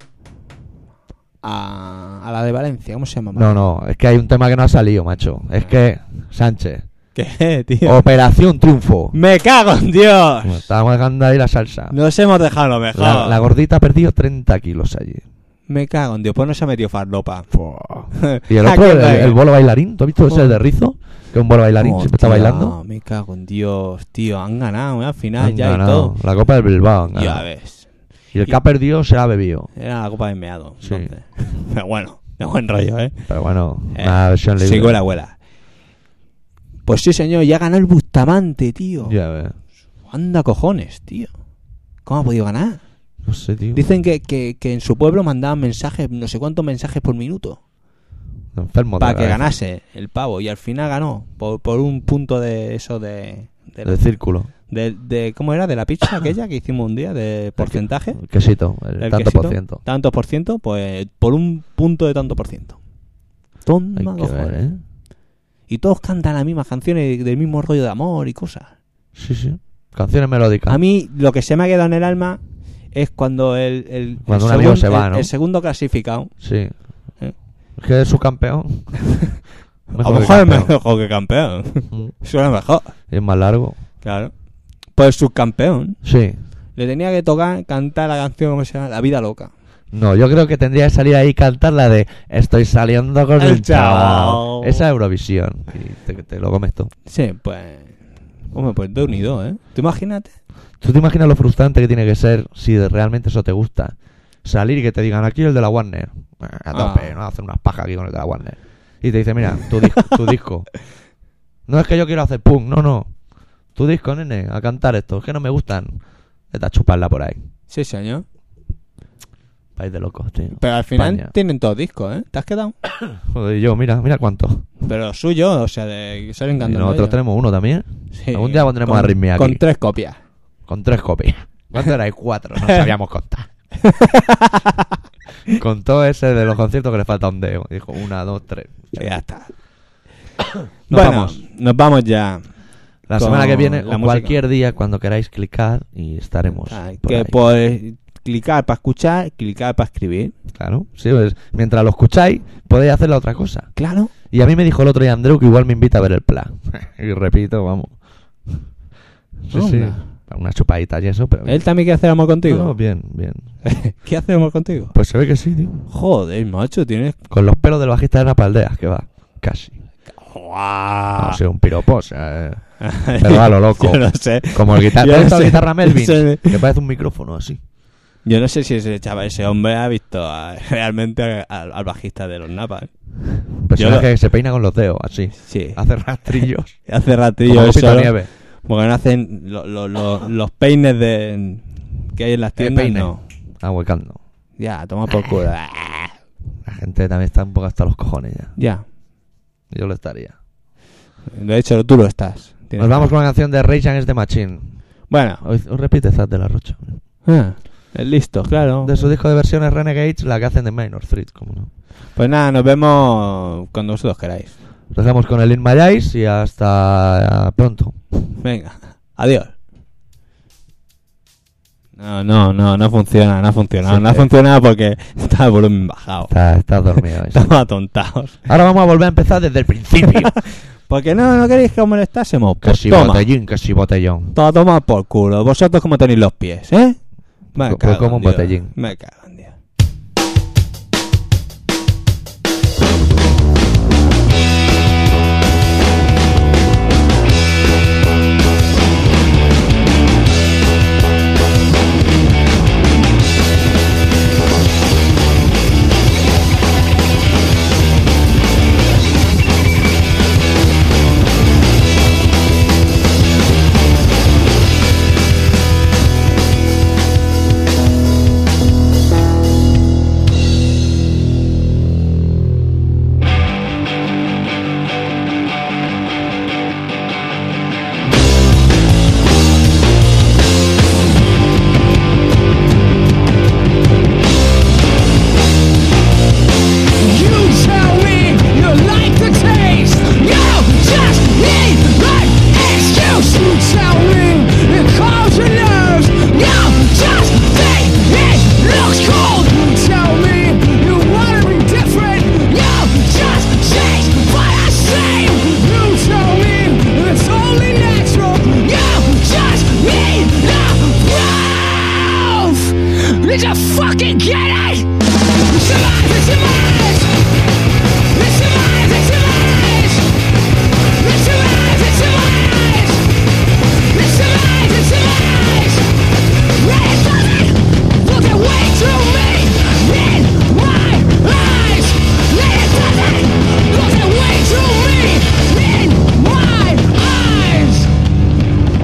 Speaker 2: A, a la de Valencia, ¿cómo se llama?
Speaker 1: No, no, es que hay un tema que no ha salido, macho. Es que, Sánchez,
Speaker 2: ¿Qué, <laughs> tío?
Speaker 1: Operación Triunfo.
Speaker 2: ¡Me cago en Dios!
Speaker 1: Oh. Bueno, Estábamos dejando ahí la salsa.
Speaker 2: Nos hemos dejado lo mejor.
Speaker 1: La, la gordita ha perdido 30 kilos allí.
Speaker 2: Me cago en Dios, pues no se ha metido farlopa.
Speaker 1: Y el
Speaker 2: <laughs> Ah,
Speaker 1: otro,
Speaker 2: qué
Speaker 1: el,
Speaker 2: pena.
Speaker 1: el bolo bailarín. ¿Tú has visto ese de Rizo? Que es un bolo bailarín siempre está
Speaker 2: Hostia,
Speaker 1: bailando.
Speaker 2: Me cago en Dios, tío. Han ganado, eh, al final
Speaker 1: Han
Speaker 2: ya
Speaker 1: ganado.
Speaker 2: y todo.
Speaker 1: La Copa del Bilbao. han ganado.
Speaker 2: Ya ves.
Speaker 1: Y el que ha perdido se la ha bebido.
Speaker 2: Era la copa de meado.
Speaker 1: Sí.
Speaker 2: entonces. <laughs> Pero bueno, de buen rollo, ¿eh?
Speaker 1: Pero bueno,
Speaker 2: Eh,
Speaker 1: una versión libre.
Speaker 2: Sí, con la abuela. Pues sí, señor, ya ganó el Bustamante, tío.
Speaker 1: Ya eh. ves.
Speaker 2: Anda cojones, tío. ¿Cómo ha podido ganar?
Speaker 1: No sé, tío.
Speaker 2: Dicen que, que- que en su pueblo mandaban mensajes, no sé cuántos mensajes por minuto.
Speaker 1: Enfermo de
Speaker 2: para
Speaker 1: la
Speaker 2: que
Speaker 1: cabeza.
Speaker 2: ganase el pavo. Y al final ganó. Por, por un punto de eso de. de la-
Speaker 1: Del círculo.
Speaker 2: De, de- ¿Cómo era? ¿De la pizza aquella que hicimos un día?
Speaker 1: <laughs>
Speaker 2: ¿De porcentaje?
Speaker 1: El quesito. El,
Speaker 2: del
Speaker 1: tanto
Speaker 2: quesito,
Speaker 1: por ciento.
Speaker 2: ¿Tanto por ciento? Pues por un punto de tanto por ciento. Toma
Speaker 1: Hay que
Speaker 2: cojones.
Speaker 1: ver, ¿eh?
Speaker 2: Y todos cantan las mismas canciones del mismo rollo de amor y cosas.
Speaker 1: Sí, sí. Canciones melódicas.
Speaker 2: A mí lo que se me ha quedado en el alma es cuando el, el- el
Speaker 1: Cuando un amigo se va,
Speaker 2: el-
Speaker 1: ¿no?
Speaker 2: el segundo clasificado.
Speaker 1: Sí.
Speaker 2: ¿Eh?
Speaker 1: Es que es su campeón.
Speaker 2: a lo
Speaker 1: que
Speaker 2: mejor es
Speaker 1: campeón.
Speaker 2: mejor que campeón.
Speaker 1: <laughs> Mm.
Speaker 2: Suena mejor.
Speaker 1: Y es más largo.
Speaker 2: Claro. Pues subcampeón.
Speaker 1: Sí.
Speaker 2: Le tenía que tocar cantar la canción como se llama La vida loca.
Speaker 1: No, yo creo que tendría que salir ahí y cantar la de Estoy saliendo con
Speaker 2: El
Speaker 1: el chaval.
Speaker 2: chaval.
Speaker 1: Esa es Eurovisión. Y te, te lo comes tú.
Speaker 2: Sí, pues. Hombre, pues dos ni dos, ¿eh? Tú imagínate.
Speaker 1: ¿Tú te imaginas lo frustrante que tiene que ser si de- realmente eso te gusta? Salir y que te digan aquí el de la Warner. A tope,
Speaker 2: Ah.
Speaker 1: ¿no? Hacer unas pajas aquí con el de la Warner. Y te dice, mira, tu, dis- tu disco. No es que yo quiero hacer punk, no, no. Tu disco, nene, a cantar esto. Es que no me gustan. Vete a chuparla por ahí.
Speaker 2: Sí, señor.
Speaker 1: País de locos, tío.
Speaker 2: Pero al final
Speaker 1: España.
Speaker 2: tienen todos discos, ¿eh? ¿Te has quedado?
Speaker 1: Joder, y yo, mira, mira cuánto.
Speaker 2: Pero suyo, o sea, de, salen
Speaker 1: Y
Speaker 2: cantando.
Speaker 1: nosotros
Speaker 2: ellos.
Speaker 1: tenemos uno también.
Speaker 2: Sí,
Speaker 1: algún día pondremos
Speaker 2: con-
Speaker 1: arritmia aquí.
Speaker 2: Con tres copias.
Speaker 1: Con tres copias. ¿Cuánto erais? Cuatro.
Speaker 2: <laughs>
Speaker 1: No sabíamos contar. Con todo ese de los conciertos que le falta un dedo. Dijo una, dos, tres.
Speaker 2: Ya está.
Speaker 1: <coughs> Nos
Speaker 2: bueno,
Speaker 1: vamos.
Speaker 2: nos vamos ya.
Speaker 1: La
Speaker 2: Con
Speaker 1: semana que viene,
Speaker 2: la
Speaker 1: o
Speaker 2: música.
Speaker 1: cualquier día, cuando queráis, clicad y estaremos.
Speaker 2: Ah,
Speaker 1: Pues, por
Speaker 2: que
Speaker 1: ahí.
Speaker 2: podéis clicar para escuchar, clicar para escribir.
Speaker 1: Claro, sí, pues, mientras lo escucháis, podéis hacer la otra cosa.
Speaker 2: Claro.
Speaker 1: Y a mí me dijo el otro día Andreu que igual me invita a ver el plan. <laughs> y repito, vamos. Sí, sí.
Speaker 2: Anda.
Speaker 1: Una chupadita y eso, pero. bien.
Speaker 2: Él también quiere hacer amor contigo.
Speaker 1: No, bien, bien.
Speaker 2: <laughs> ¿Qué hace amor contigo?
Speaker 1: Pues se ve que sí, tío.
Speaker 2: Joder, macho, <laughs> tienes.
Speaker 1: Con los pelos del bajista de una paldea, que va. Casi. No sé, un piropo, o sea, eh, pero a lo loco.
Speaker 2: Yo no sé.
Speaker 1: Como el
Speaker 2: <laughs>
Speaker 1: guitarra,
Speaker 2: Yo no
Speaker 1: ¿te gusta la
Speaker 2: sé.
Speaker 1: guitarra Melvin,
Speaker 2: Yo no sé.
Speaker 1: que parece un micrófono así.
Speaker 2: Yo no sé si ese chaval, ese hombre ha visto a- <laughs> realmente al, al bajista de los Napa. ¿eh?
Speaker 1: Un personaje
Speaker 2: Yo lo-
Speaker 1: que se peina con los dedos, así.
Speaker 2: Sí.
Speaker 1: Hace rastrillos.
Speaker 2: Hace
Speaker 1: como
Speaker 2: ratillo
Speaker 1: Lupito
Speaker 2: eso. ¿no?
Speaker 1: Nieves.
Speaker 2: Porque no hacen lo- lo- lo- los peines de, que hay en las
Speaker 1: ¿Qué
Speaker 2: tiendas.
Speaker 1: peine? Ah,
Speaker 2: No.
Speaker 1: Ahuecando.
Speaker 2: Ya, toma por culo.
Speaker 1: La gente también está un poco hasta los cojones ya.
Speaker 2: <laughs> Ya.
Speaker 1: Yo lo estaría.
Speaker 2: De hecho, tú lo estás. Tienes
Speaker 1: Nos Pues vamos
Speaker 2: razón.
Speaker 1: con la canción de Rage Against the Machine.
Speaker 2: Bueno,
Speaker 1: Hoy, hoy repite Zaz de la Rocha.
Speaker 2: ah, listo, claro.
Speaker 1: De su disco de versiones Renegades, la que hacen de Minor Threat, como no.
Speaker 2: Pues nada, nos vemos cuando vosotros queráis.
Speaker 1: Nos dejamos con el In My Eyes y hasta pronto.
Speaker 2: Venga, adiós. No, no, no, no funciona, no ha funcionado.
Speaker 1: Sí,
Speaker 2: no ha
Speaker 1: eh.
Speaker 2: funcionado porque <laughs> está el volumen bajado.
Speaker 1: Está- Estás dormido.
Speaker 2: <laughs>
Speaker 1: eso.
Speaker 2: Estamos atontados.
Speaker 1: Ahora vamos a volver a empezar desde el principio.
Speaker 2: Porque no, no queréis que os molestásemos.
Speaker 1: que
Speaker 2: Pues
Speaker 1: si
Speaker 2: toma,
Speaker 1: botellín, que si botellón.
Speaker 2: todo toma por culo. Vosotros cómo tenéis los pies, ¿eh? Me
Speaker 1: Pues
Speaker 2: cago en
Speaker 1: como un
Speaker 2: Dios,
Speaker 1: botellín.
Speaker 2: Me cago en Dios.
Speaker 6: Did you fucking get it? It's your mind, it's your mind. It's your eyes, it's your eyes. It's your eyes, it's your eyes. It's your eyes, it's your eyes. Raise the light, look at way through me in my eyes. Raise the light, look at way through me in my eyes.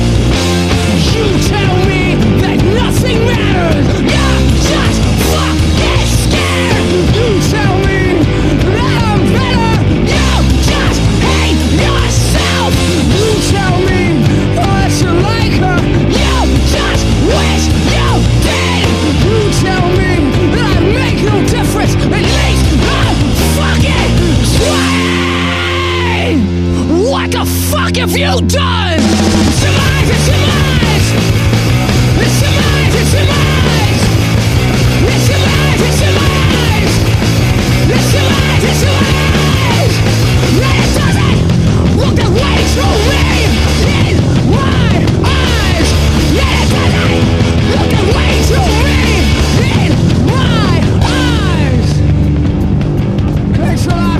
Speaker 6: You tell me oh, that nothing matters. You're just fucking scared. You tell me that I'm better. You just hate yourself. You tell me that you like her. You just wish you did. You tell me that I make no difference. At least I'm fucking trying. What the fuck have you done? Surmise, it's surmise. It's surmise, it's surmise. It's surmise, it's surmise. It's surmise, it's surmise. Let it does it. Look the way through me in my eyes. Let it does it. Look the way through me in my eyes. Thanks a lot